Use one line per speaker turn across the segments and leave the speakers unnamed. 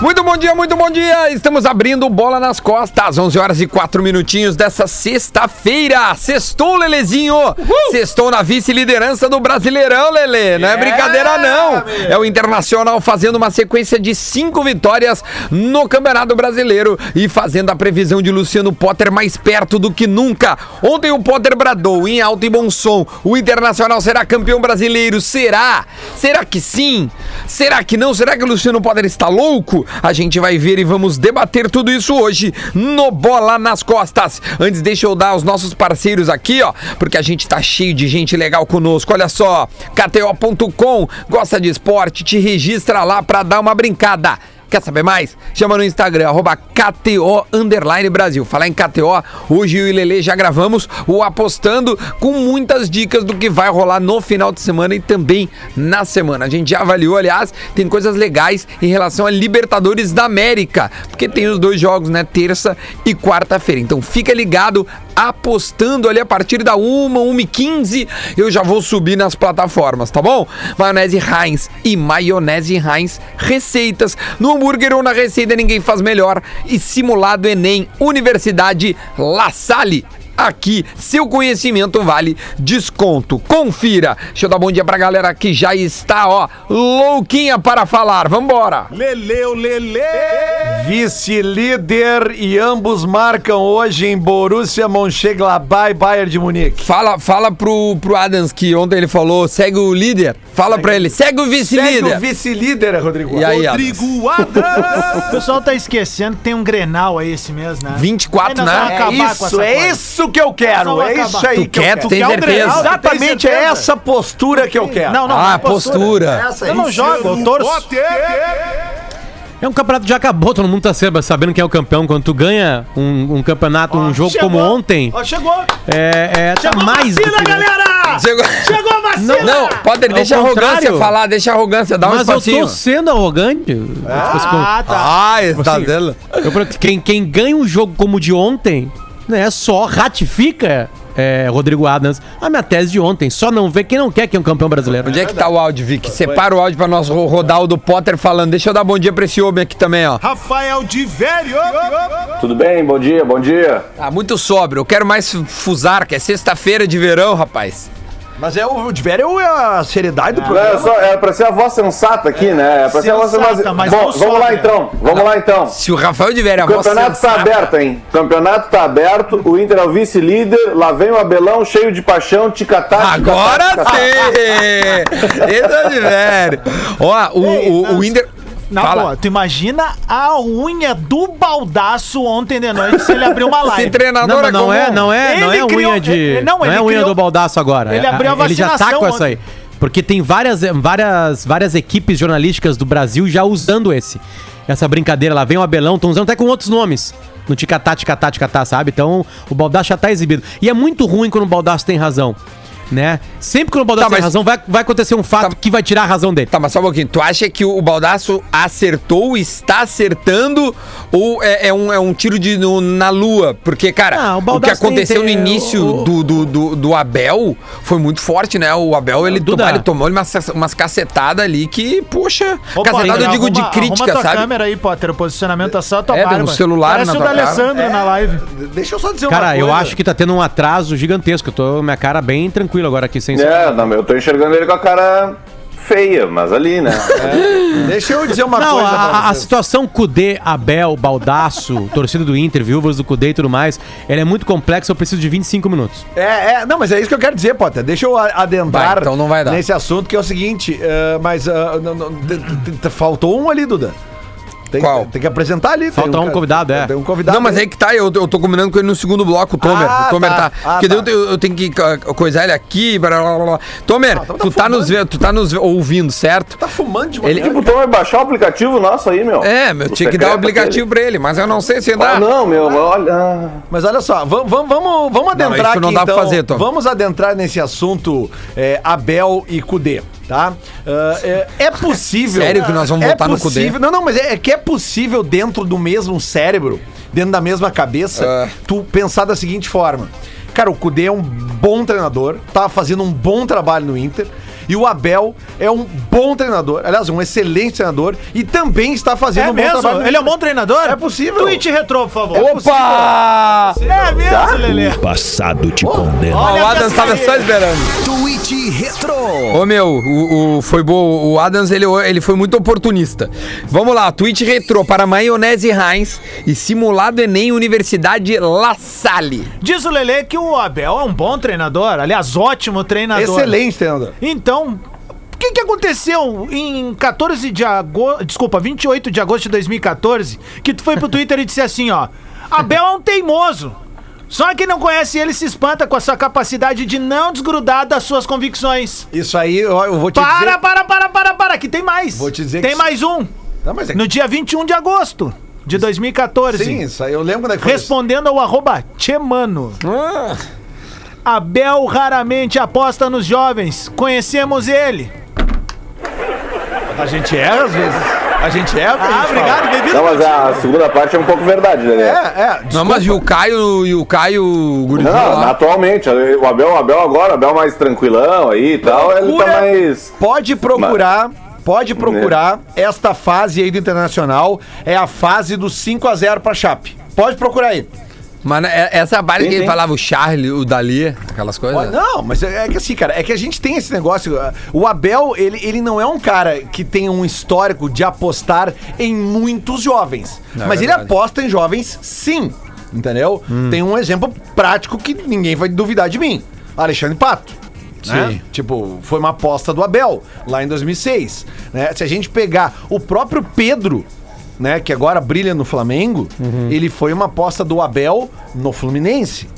Muito bom dia, muito bom dia! Estamos abrindo o bola nas costas, 11 horas e 4 minutinhos dessa sexta-feira. Sextou, Lelezinho! Sextou na vice-liderança do Brasileirão, Lele! Não é brincadeira, não! É o Internacional fazendo uma sequência de cinco vitórias no Campeonato Brasileiro e fazendo a previsão de Luciano Potter mais perto do que nunca. Ontem o Potter bradou em alto e bom som: o Internacional será campeão brasileiro. Será? Será que sim? Será que não? Será que o Luciano Potter está louco? A gente vai ver e vamos debater tudo isso hoje no Bola nas Costas. Antes, deixa eu dar aos nossos parceiros aqui, ó, porque a gente tá cheio de gente legal conosco. Olha só, KTO.com, gosta de esporte, te registra lá pra dar uma brincada. Quer saber mais? Chama no Instagram, arroba KTO Underline Brasil. Falar em KTO, hoje eu e Lele já gravamos o Apostando com muitas dicas do que vai rolar no final de semana e também na semana. A gente já avaliou, aliás, tem coisas legais em relação a Libertadores da América, porque tem os dois jogos, né? Terça e quarta-feira. Então fica ligado, apostando ali a partir da 1, 1 e 15 eu já vou subir nas plataformas, tá bom? Maionese Heinz e maionese Heinz receitas no hambúrguer ou na receita ninguém faz melhor e simulado Enem Universidade La Salle Aqui, seu conhecimento vale desconto. Confira. Deixa eu dar bom dia pra galera que já está, ó, louquinha para falar. Vambora.
Leleu, Lele!
Vice-líder e ambos marcam hoje em Borussia Mönchengladbach e Bayern de Munique.
Fala, fala pro, pro Adams que ontem ele falou, segue o líder. Fala pra ele, segue o
Segue o
vice-líder.
vice-líder, Rodrigo.
E aí, Adams?
Rodrigo Adams!
O pessoal tá esquecendo que tem um Grenal aí esse mês, né?
24,
Aí nós
né?
vamos
É
acabar com
isso,
essa
é
coisa.
isso que eu quero.
Nós
É
vamos
isso
acabar.
aí
Tu quer, tu
eu
tem
quero.
certeza?
Exatamente é essa postura que eu quero.
Não, não,
Ah,
não é
postura.
Essa aí. Eu não jogo, eu torço.
É um campeonato que já acabou, todo mundo tá sab- sabendo quem é o campeão. Quando tu ganha um, um campeonato, um jogo
Chegou.
como ontem,
Ó, chegou.
é, é tá
Chegou
mais do
vacina,
que-
galera!
Chegou-
Chegou a vacina!
Não, não, Potter,
Ao
deixa a arrogância
contrário.
falar, deixa a arrogância, dá um
Mas eu tô
espacinho.
sendo arrogante. Tipo assim, como-
Ah, tá.
Ah, tá dela.
eu pergunto, quem, quem ganha um jogo como o de ontem, né, só ratifica é, Rodrigo Adams a minha tese de ontem. Só não vê quem não quer que é um campeão brasileiro.
Onde é que tá o áudio, Vic? Separa o áudio pra nós ro- rodar o do Potter falando. Deixa eu dar bom dia pra esse homem aqui também, ó.
Rafael de Velho!
Tudo bem? Bom dia, bom dia.
Tá muito sóbrio. Eu quero mais fu- fusar, que é sexta-feira de verão, rapaz.
Mas é o, o de velho é a
Ah.
seriedade do
Tá
Não,
programa.
é só, é pra ser a voz sensata aqui, né? É pra ser a voz
Sensata, mas
Bom,
não
vamos
sóbria.
né?
lá então, vamos lá então.
Se o Rafael de Vera
O campeonato tá aberto, hein? O campeonato tá aberto, o Inter é o vice-líder, lá vem o Abelão cheio de paixão, ticatá, ticatá,
Agora
ticatá.
sim! Esse é o de Vera. Ó, o, o, o Inter.
Na
Fala.
boa, tu imagina a unha do baldaço ontem de noite se ele abriu uma
Esse
live.
treinador
Não, mas não é,
comum.
não é, não
Ele
é
criou-
unha de.
ele- não,
não,
ele
é unha
criou-
do baldaço agora.
ele
É,
abriu a
Ele já tá
vacinação
com essa aí. Porque tem várias, várias, várias equipes jornalísticas do Brasil já usando esse. Essa brincadeira lá. Vem o Abelão, estão usando até com outros nomes. No ticatá, ticatá, ticatá, sabe? Então o baldaço já tá exibido. E é muito ruim quando o baldaço tem razão. Né? Sempre que o baldaço
Tá,
tem
mas-
razão, vai, vai acontecer um fato
Tá.
que vai tirar a razão dele.
Tá, mas só um pouquinho. Tu acha que o Baldaço acertou, está acertando, ou é, é um, é um tiro de, no- na lua? Porque, cara,
Ah, o
o, que
Baldasso tem-
aconteceu
tem-
no início
o-
do, do, do, do Abel foi muito forte, né? O Abel, ele,
Duda.
tomou, ele tomou umas, umas cacetadas ali que, poxa...
Ô,
cacetada
Potter,
eu digo de
arruma-
crítica,
arruma tua
sabe?
câmera aí, Potter. O posicionamento tá só a tua
É, tem um
barba.
celular
Parece
na
o
tua
da
cara.
Alessandro na live.
Deixa eu só dizer uma
Cara,
coisa.
eu acho que tá tendo um atraso gigantesco. Eu tô minha cara bem tranquila agora aqui, sem
É, não, eu tô enxergando ele com a cara feia, mas ali, né?
É.
Deixa eu dizer uma
Não,
coisa pra
a, a
vocês.
situação Cudê, Abel, Baldaço, torcida do Inter, viúvas do Cudê e tudo mais, ela é muito complexa, eu preciso de 25 minutos.
É, é, não, mas é isso que eu quero dizer, Potter. Deixa eu a- adentrar
Vai, então não vai dar.
eh, nesse assunto, que é o seguinte, eh, mas ah, não- não, d- d- d- faltou um ali, Duda. Tem,
Qual?
Tem que apresentar ali.
Falta
tem
um
ca-
convidado, é.
Tem um convidado.
não, mas aí que tá, eu, eu tô combinando com ele no segundo bloco, o Tomer.
Ah,
o Tomer
tá.
tá.
Ah,
Porque daí
tá.
eu, eu tenho que ah, coisar ele aqui, blá blá blá. blá. Tomer,
Ah, tá- tá
tu, tá
fumando.
nos, ve- tu tá nos ouvindo, certo?
Tá fumando de
Ele-
manhã.
Tipo, então vai baixar o aplicativo nosso aí, meu.
É, meu,
O
tinha que dar o
secreto
aplicativo pra ele, mas eu não sei se
dele.
dá.
Ah, não, meu, olha. ah.
Mas olha só, vamos, vamos, vamos, vamos adentrar
isso
aqui
não dá pra
então.
fazer, Tom.
Vamos adentrar nesse assunto é, Abel e Cudê, tá? Ah, é, é possível.
Sério que nós vamos
é
votar no
possível-
Kudê?
Não, não, mas é, é que é possível dentro do mesmo cérebro, dentro da mesma cabeça,
É.
tu pensar da seguinte forma. Cara, o Cudê é um bom treinador, tá fazendo um bom trabalho no Inter. E o Abel é um bom treinador, aliás, um excelente treinador, e também está fazendo
É
um bom trabalho.
mesmo?
no
Ele é um
Inter.
bom treinador?
É possível.
Twitch retrô, por favor.
Opa!
É mesmo, Lelê.
O passado te condena.
Ó, Ah! Tá? o
Olha
Adams
essa
tava
aí.
só esperando.
Tweet Retro.
Ô meu, o, o- foi bom. O Adams ele, ele foi muito oportunista. Vamos lá, tweet retrô para maionese Heinz e simulado Enem Universidade La Salle.
Diz o Lelê que o Abel é um bom treinador, aliás, ótimo treinador.
Excelente treinador.
Então, o que, que aconteceu em 14 de agosto. Desculpa, 28 de agosto de 2014, que tu foi pro Twitter e disse assim, ó. Abel é um teimoso. Só quem não conhece ele se espanta com a sua capacidade de não desgrudar das suas convicções.
Isso aí, eu, eu vou te
Para,
dizer.
para, para, para, para, que tem mais.
Vou te dizer
tem
que-
mais um.
Não, mas é...
No dia 21 de agosto de 2014.
Sim, isso aí, eu lembro da
Respondendo ao arroba Tchemano.
Ah.
Abel raramente aposta nos jovens. Conhecemos ele.
A gente erra às vezes. A gente erra. porque a
Ah,
gente
obrigado, bem-vindo.
Não, mas a segunda parte é um pouco verdade, né?
fala. É, é.
Não, mas tá e o Caio e o Caio o gurizinho
Não,
lá?
atualmente, o Abel, o Abel agora, o Abel mais tranquilão aí e tal, ele tá
Loucura.
mais.
Pode procurar. Pode procurar
Né.
esta fase aí do Internacional. É a fase do 5x0 pra Chape. Pode procurar aí.
Mas é- essa parte
Sim,
que ele
sim.
falava, o Charlie, o Dali, aquelas
Ó,
coisas.
Não, mas é é que assim, cara, é que a gente tem esse negócio. ah, O Abel, ele, ele não é um cara que tem um histórico de apostar em muitos jovens.
Não, é
mas ele
verdade. Hum.
aposta em jovens, sim. Entendeu? Tem um exemplo prático que ninguém vai duvidar de mim: Alexandre Pato. né?
Sim.
Tipo, foi uma aposta do Abel lá em 2006. né? Se a gente pegar o próprio Pedro. Né, que agora brilha no Flamengo,
Uhum.
ele foi uma aposta do Abel no Fluminense.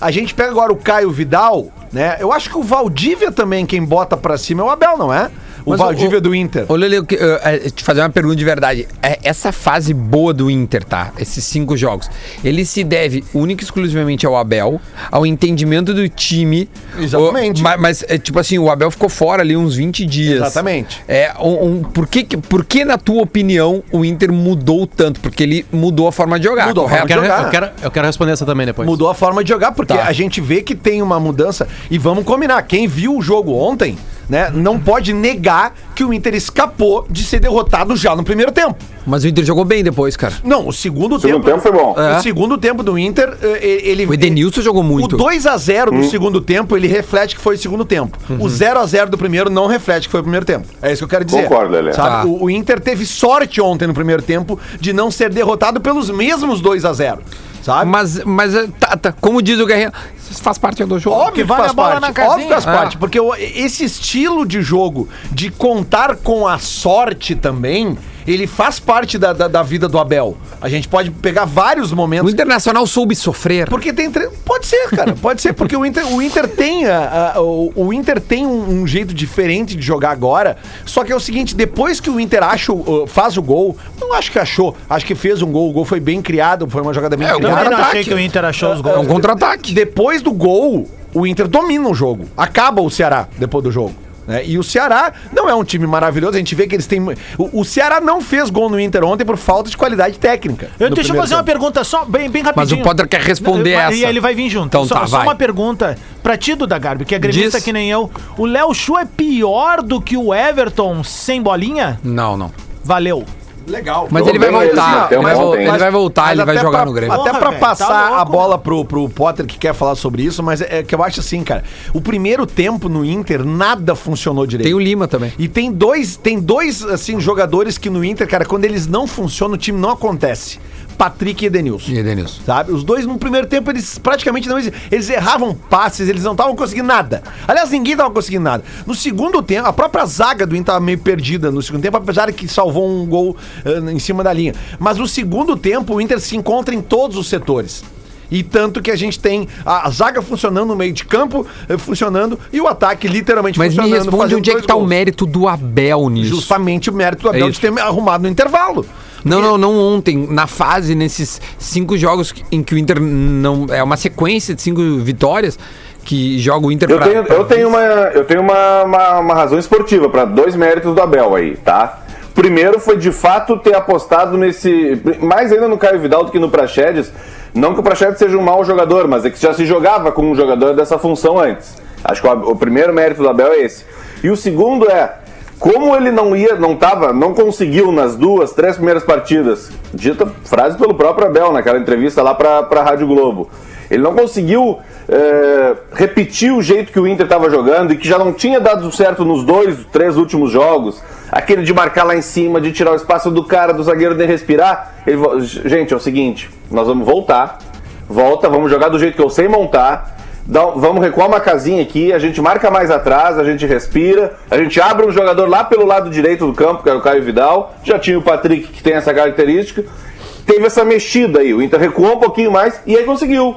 A gente pega agora o Caio Vidal, né? Eu acho que o Valdívia também, quem bota pra cima é o Abel, não é? O
Mas o-
Valdívia do Inter.
Olha, Lele, eu que- eu, eh, te fazer uma pergunta de verdade. É, Essa fase boa do Inter, tá? Esses cinco jogos. Ele se deve única e exclusivamente ao Abel, ao entendimento do time.
Exatamente.
O- ma- mas, é, tipo assim, o Abel ficou fora ali uns 20 dias.
Exatamente.
É, um, um- por, que, que- por que, na tua opinião, o Inter mudou tanto? Porque ele mudou a forma de jogar.
Mudou a
Eu
correto?
quero,
jogar.
eu, quero, eu quero responder essa também depois.
Mudou a forma de jogar, porque
Tá.
a gente vê que tem uma mudança. E vamos combinar, quem viu o jogo ontem, né, não pode negar que o Inter escapou de ser derrotado já no primeiro tempo.
Mas o Inter jogou bem depois, cara.
Não, o segundo,
Segundo
tempo.
tempo foi bom.
É,
O segundo tempo do Inter, eh, ele.
O Edenilson jogou muito.
O 2x0
Hum.
do segundo tempo, ele reflete que foi o segundo tempo. O
Uhum.
0x0 do primeiro não reflete que foi o primeiro tempo. É isso que eu quero dizer.
Concordo, Lelê.
Sabe?
Tá.
O, o Inter teve sorte ontem no primeiro tempo de não ser derrotado pelos mesmos 2x0. Sabe?
Mas, mas eh, tá, tá, como diz o Guerreiro, isso faz parte do jogo.
Óbvio que,
vale
faz
a bola na
parte,
casinha. É.
óbvio que faz
Ah.
parte, porque o- esse estilo de jogo, de contar com a sorte também, ele faz parte da, da, da vida do Abel. A gente pode pegar vários
O
momentos
Internacional soube sofrer.
Porque tem tre... pode ser, cara, pode ser porque o Inter, o Inter tem a- a- o, o Inter tem um, um jeito diferente de jogar agora. Só que é o seguinte, depois que o Inter acha, o- o- faz o gol, não acho que achou, acho que fez um gol, o gol foi bem criado, foi uma jogada bem
É, o
Eu
criada.
também não
Contra-ataque.
achei que o Inter achou os
É um
gols.
contra-ataque.
Depois do gol, o Inter domina o jogo. Acaba o Ceará depois do jogo. né? E o Ceará não é um time maravilhoso, a gente vê que eles têm. O, o Ceará não fez gol no Inter ontem por falta de qualidade técnica.
Eu,
no
deixa eu
primeiro
fazer uma
tempo.
pergunta só, bem, bem
Mas
rapidinho.
o Potter quer responder
Eu-
essa.
E aí ele vai vir junto.
Então
só,
tá,
só
vai.
uma pergunta pra ti, Duda Garbi, que é gremista
Diz.
que nem eu. O Léo Chu é pior do que o Everton sem bolinha?
Não, não.
Valeu.
Legal.
Mas
Jogou
ele vai
bem,
voltar.
ele tem um
Ele vai,
bom
vo-
tempo.
ele vai voltar,
Mas
ele vai
até
jogar
pra-
no Grêmio.
Até
Porra,
pra
velho, tá
passar
louco,
a bola pro, pro Potter, que quer falar sobre isso, mas é é que eu acho assim, cara. O primeiro tempo no Inter, nada funcionou direito.
Tem o Lima também.
E tem dois, tem dois assim jogadores que no Inter, cara, quando eles não funcionam, o time não acontece. Patrick e Edenilson.
E Edenilson.
Sabe? Os dois, no primeiro tempo, eles praticamente não. exi- Eles erravam passes, eles não estavam conseguindo nada. Aliás, ninguém estava conseguindo nada. No segundo tempo, a própria zaga do Inter estava meio perdida no segundo tempo, apesar que salvou um gol eh, em cima da linha. Mas no segundo tempo, o Inter se encontra em todos os setores. E tanto que a gente tem a, a zaga funcionando no meio de campo, eh, funcionando, e o ataque literalmente
Mas me
funcionando.
responde
fazendo
onde é que
dois
tá o
gols.
mérito do Abel nisso.
Justamente o mérito do Abel
É
de
isso.
ter arrumado no intervalo.
Não, não, não ontem. Na fase, nesses cinco jogos que- em que o Inter não. É uma sequência de cinco vitórias que joga o Inter
Eu
pra-
tenho,
pra-
eu tenho, uma, eu tenho uma, uma, uma razão esportiva para dois méritos do Abel aí, tá? Primeiro foi de fato ter apostado nesse. Mais ainda no Caio Vidal do que no Praxedes. Não que o Praxedes seja um mau jogador, mas é que já se jogava com um jogador dessa função antes. Acho que o, o primeiro mérito do Abel é esse. E o segundo é. Como ele não ia, não tava, não conseguiu nas duas, três primeiras partidas, dita frase pelo próprio Abel naquela entrevista lá pra, pra Rádio Globo. Ele não conseguiu eh, repetir o jeito que o Inter estava jogando e que já não tinha dado certo nos dois, três últimos jogos. Aquele de marcar lá em cima, de tirar o espaço do cara, do zagueiro de respirar. Ele, vo- gente, é o seguinte, nós vamos voltar, volta, vamos jogar do jeito que eu sei montar. Dá- um, vamos recuar uma casinha aqui, a gente marca mais atrás, a gente respira, a gente abre um jogador lá pelo lado direito do campo, que era o Caio Vidal, já tinha o Patrick que tem essa característica. Teve essa mexida aí, o Inter recuou um pouquinho mais e aí conseguiu.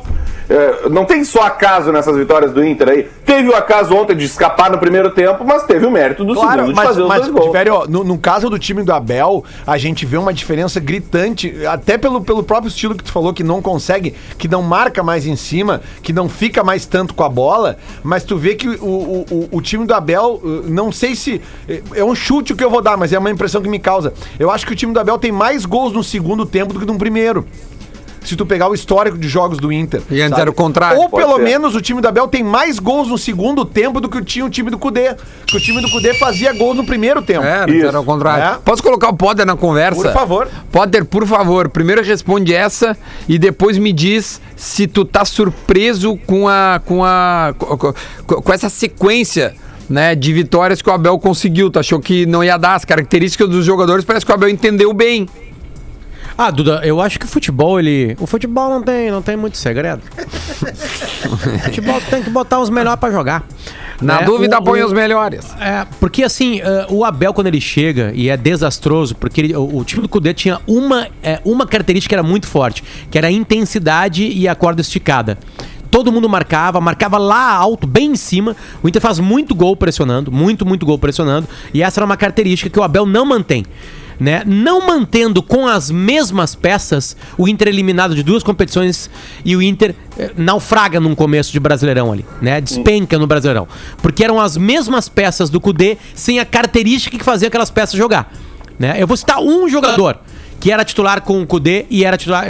É, não tem só acaso nessas vitórias do Inter aí. Teve o acaso ontem de escapar no primeiro tempo, mas teve o mérito do segundo de
mas,
fazer os
mas
dois gols.
Tiverio, ó, no, no caso do time do Abel, a gente vê uma diferença gritante, até pelo, pelo próprio estilo que tu falou, que não consegue, que não marca mais em cima, que não fica mais tanto com a bola, mas tu vê que o, o, o- o time do Abel, eh, não sei se. eh, É um chute o que eu vou dar, mas é uma impressão que me causa. Eu acho que o time do Abel tem mais gols no segundo tempo do que no primeiro. Se tu pegar o histórico de jogos do Inter.
E antes era o contrário.
Ou
Pode
pelo
ser.
menos o time do Abel tem mais gols no segundo tempo do que tinha o time do Cudê. Que o time do Cudê fazia gols no primeiro tempo.
É, não
Isso.
era ao contrário.
É.
Posso colocar o Potter na conversa?
Por favor.
Potter, por favor, primeiro responde essa e depois me diz se tu tá surpreso com a com a com, com- com essa sequência né, de vitórias que o Abel conseguiu. Tu achou que não ia dar as características dos jogadores? Parece que o Abel entendeu bem.
Ah, Duda, eu acho que o futebol, ele. O futebol não tem, não tem muito segredo. o futebol tem que botar os melhores pra jogar.
Na
Né?
dúvida,
O-
põe
o-
os melhores.
É, porque assim, eh, o Abel, quando ele chega, e é desastroso, porque ele- o, o time do Cudê tinha uma, eh, uma característica que era muito forte, que era a intensidade e a corda esticada. Todo mundo marcava, marcava lá alto, bem em cima. O Inter faz muito gol pressionando, muito, muito gol pressionando. E essa era uma característica que o Abel não mantém. Né? Não mantendo com as mesmas peças, o Inter é eliminado de duas competições e o Inter eh, naufraga num começo de Brasileirão ali, né? Despenca no Brasileirão. Porque eram as mesmas peças do Cudê sem a característica que fazia aquelas peças jogar. Né? Eu vou citar um jogador que era titular com o Cudê e, era titular,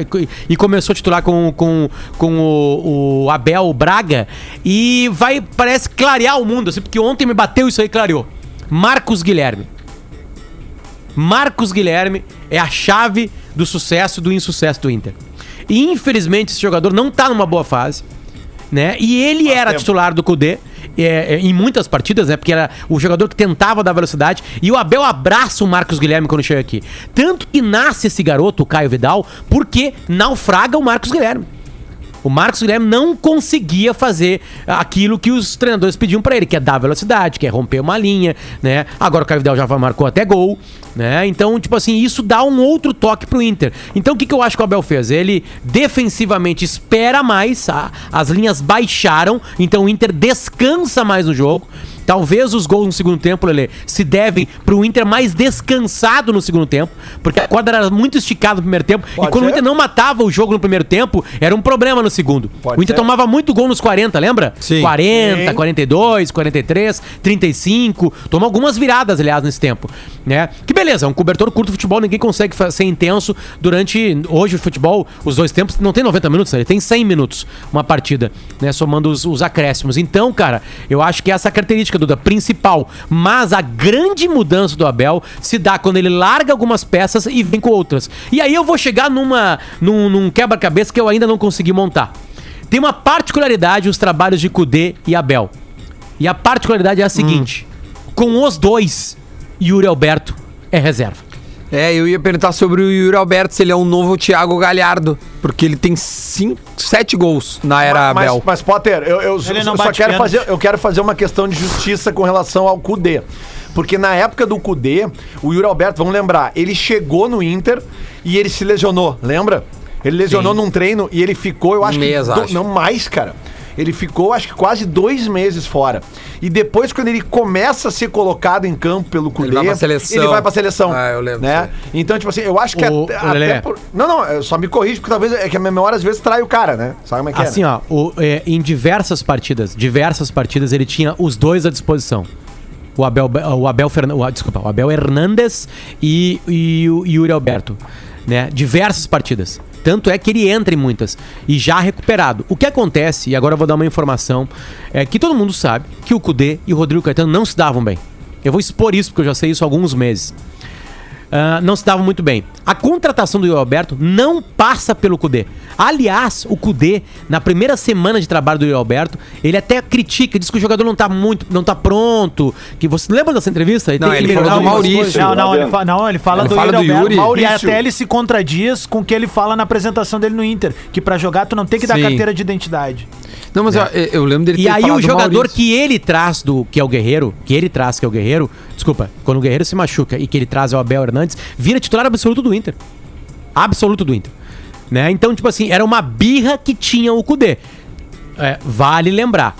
e começou a titular com, com, com o, o Abel Braga e vai, parece, clarear o mundo, assim, porque ontem me bateu isso aí, clareou. Marcos Guilherme. Marcos Guilherme é a chave do sucesso e do insucesso do Inter. E infelizmente esse jogador não tá numa boa fase, né? E ele era titular do Cudê. é, é, em muitas partidas, né? Porque era o jogador que tentava dar velocidade. E o Abel abraça o Marcos Guilherme quando chega aqui. Tanto que nasce esse garoto, o Caio Vidal, porque naufraga o Marcos Guilherme. O Marcos Guilherme não conseguia fazer aquilo que os treinadores pediam pra ele, que é dar velocidade, que é romper uma linha, né? Agora o Caio Vidal já vai- marcou até gol, né? Então, tipo assim, isso dá um outro toque pro Inter. Então, o que, que eu acho que o Abel fez? Ele defensivamente espera mais, a- as linhas baixaram, então o Inter descansa mais no jogo. Talvez os gols no segundo tempo, Lele, se devem pro Inter mais descansado no segundo tempo, porque a corda era muito esticada no primeiro tempo, e
Pode
quando o
ser?
Inter não matava o jogo no primeiro tempo, era um problema no segundo.
Pode
o Inter
ser.
tomava muito gol nos 40, lembra?
Sim.
40, 42, 43, 35. Tomou algumas viradas, aliás, nesse tempo. Né? Que beleza, é um cobertor curto de futebol, ninguém consegue fa- ser intenso durante. Hoje o futebol, os dois tempos, não tem 90 minutos, né? ele tem 100 minutos uma partida, né? somando os, os acréscimos. Então, cara, eu acho que essa é a característica, Duda, principal. Mas a grande mudança do Abel se dá quando ele larga algumas peças e vem com outras. E aí eu vou chegar numa, num, num quebra-cabeça que eu ainda não consegui montar. Tem uma particularidade os trabalhos de Kudê e Abel. E a particularidade é a seguinte: com os dois, Yuri Alberto é reserva.
É, eu ia perguntar sobre o Yuri Alberto, se ele é um novo Thiago Galhardo. Porque ele tem cinco, sete gols na era
mas,
Abel.
mas, Potter, eu, eu só,
Ele não
só
bate
quero
pênalti.
fazer, eu quero fazer uma questão de justiça com relação ao Cudê. Porque na época do Cudê, o Yuri Alberto, vamos lembrar, ele chegou no Inter e ele se lesionou, lembra? Ele lesionou num treino e ele ficou, eu acho
Um
que.
mês, acho.
Não mais, cara. Ele ficou, acho que quase dois meses fora. E depois, quando ele começa a ser colocado em campo pelo Cudê,
vai pra seleção.
Ele vai pra seleção.
Ah, eu lembro
Né? Então, tipo assim, eu acho que
O-
até,
o Lelé.
até por- Não, não, eu só me corrija, porque talvez é que a memória às vezes trai o cara, né? Sabe como é que é? né?
Assim, ó, o- é, em diversas partidas, diversas partidas, ele tinha os dois à disposição. O Abel, o Abel Fernan- o- desculpa, o Abel Hernandes e, e o Yuri Alberto, né? Diversas partidas. Tanto é que ele entra em muitas e já recuperado. O que acontece, e agora eu vou dar uma informação, é que todo mundo sabe que o Cudê e o Rodrigo Caetano não se davam bem. Eu vou expor isso porque eu já sei isso há alguns meses. Ah, não se dava muito bem. A contratação do Yuri Alberto não passa pelo Cudê. Aliás, o Cudê, na primeira semana de trabalho do Yuri Alberto, ele até critica, diz que o jogador não tá muito, não tá pronto. Que você lembra dessa entrevista?
Não, ele falou
melhorar
do
algumas
Maurício.
coisas.
Não, não,
Tá
ele
vendo?
fa- não, ele fala
Ele
do,
fala
Yuri
do
Alberto.
Yuri.
E
Maurício.
até ele se contradiz com o que ele fala na apresentação dele no Inter, que pra jogar tu não tem que dar
Sim.
carteira de identidade.
Não, mas eu, eu lembro dele
E
ter
aí
falado
o
do
jogador
Maurício.
que ele traz do que é o Guerreiro, que ele traz que é o Guerreiro, desculpa, quando o Guerreiro se machuca e que ele traz é o Abel Hernandes, vira titular absoluto do Inter. Absoluto do Inter. Né? Então, tipo assim, era uma birra que tinha o Cudê. É, vale lembrar,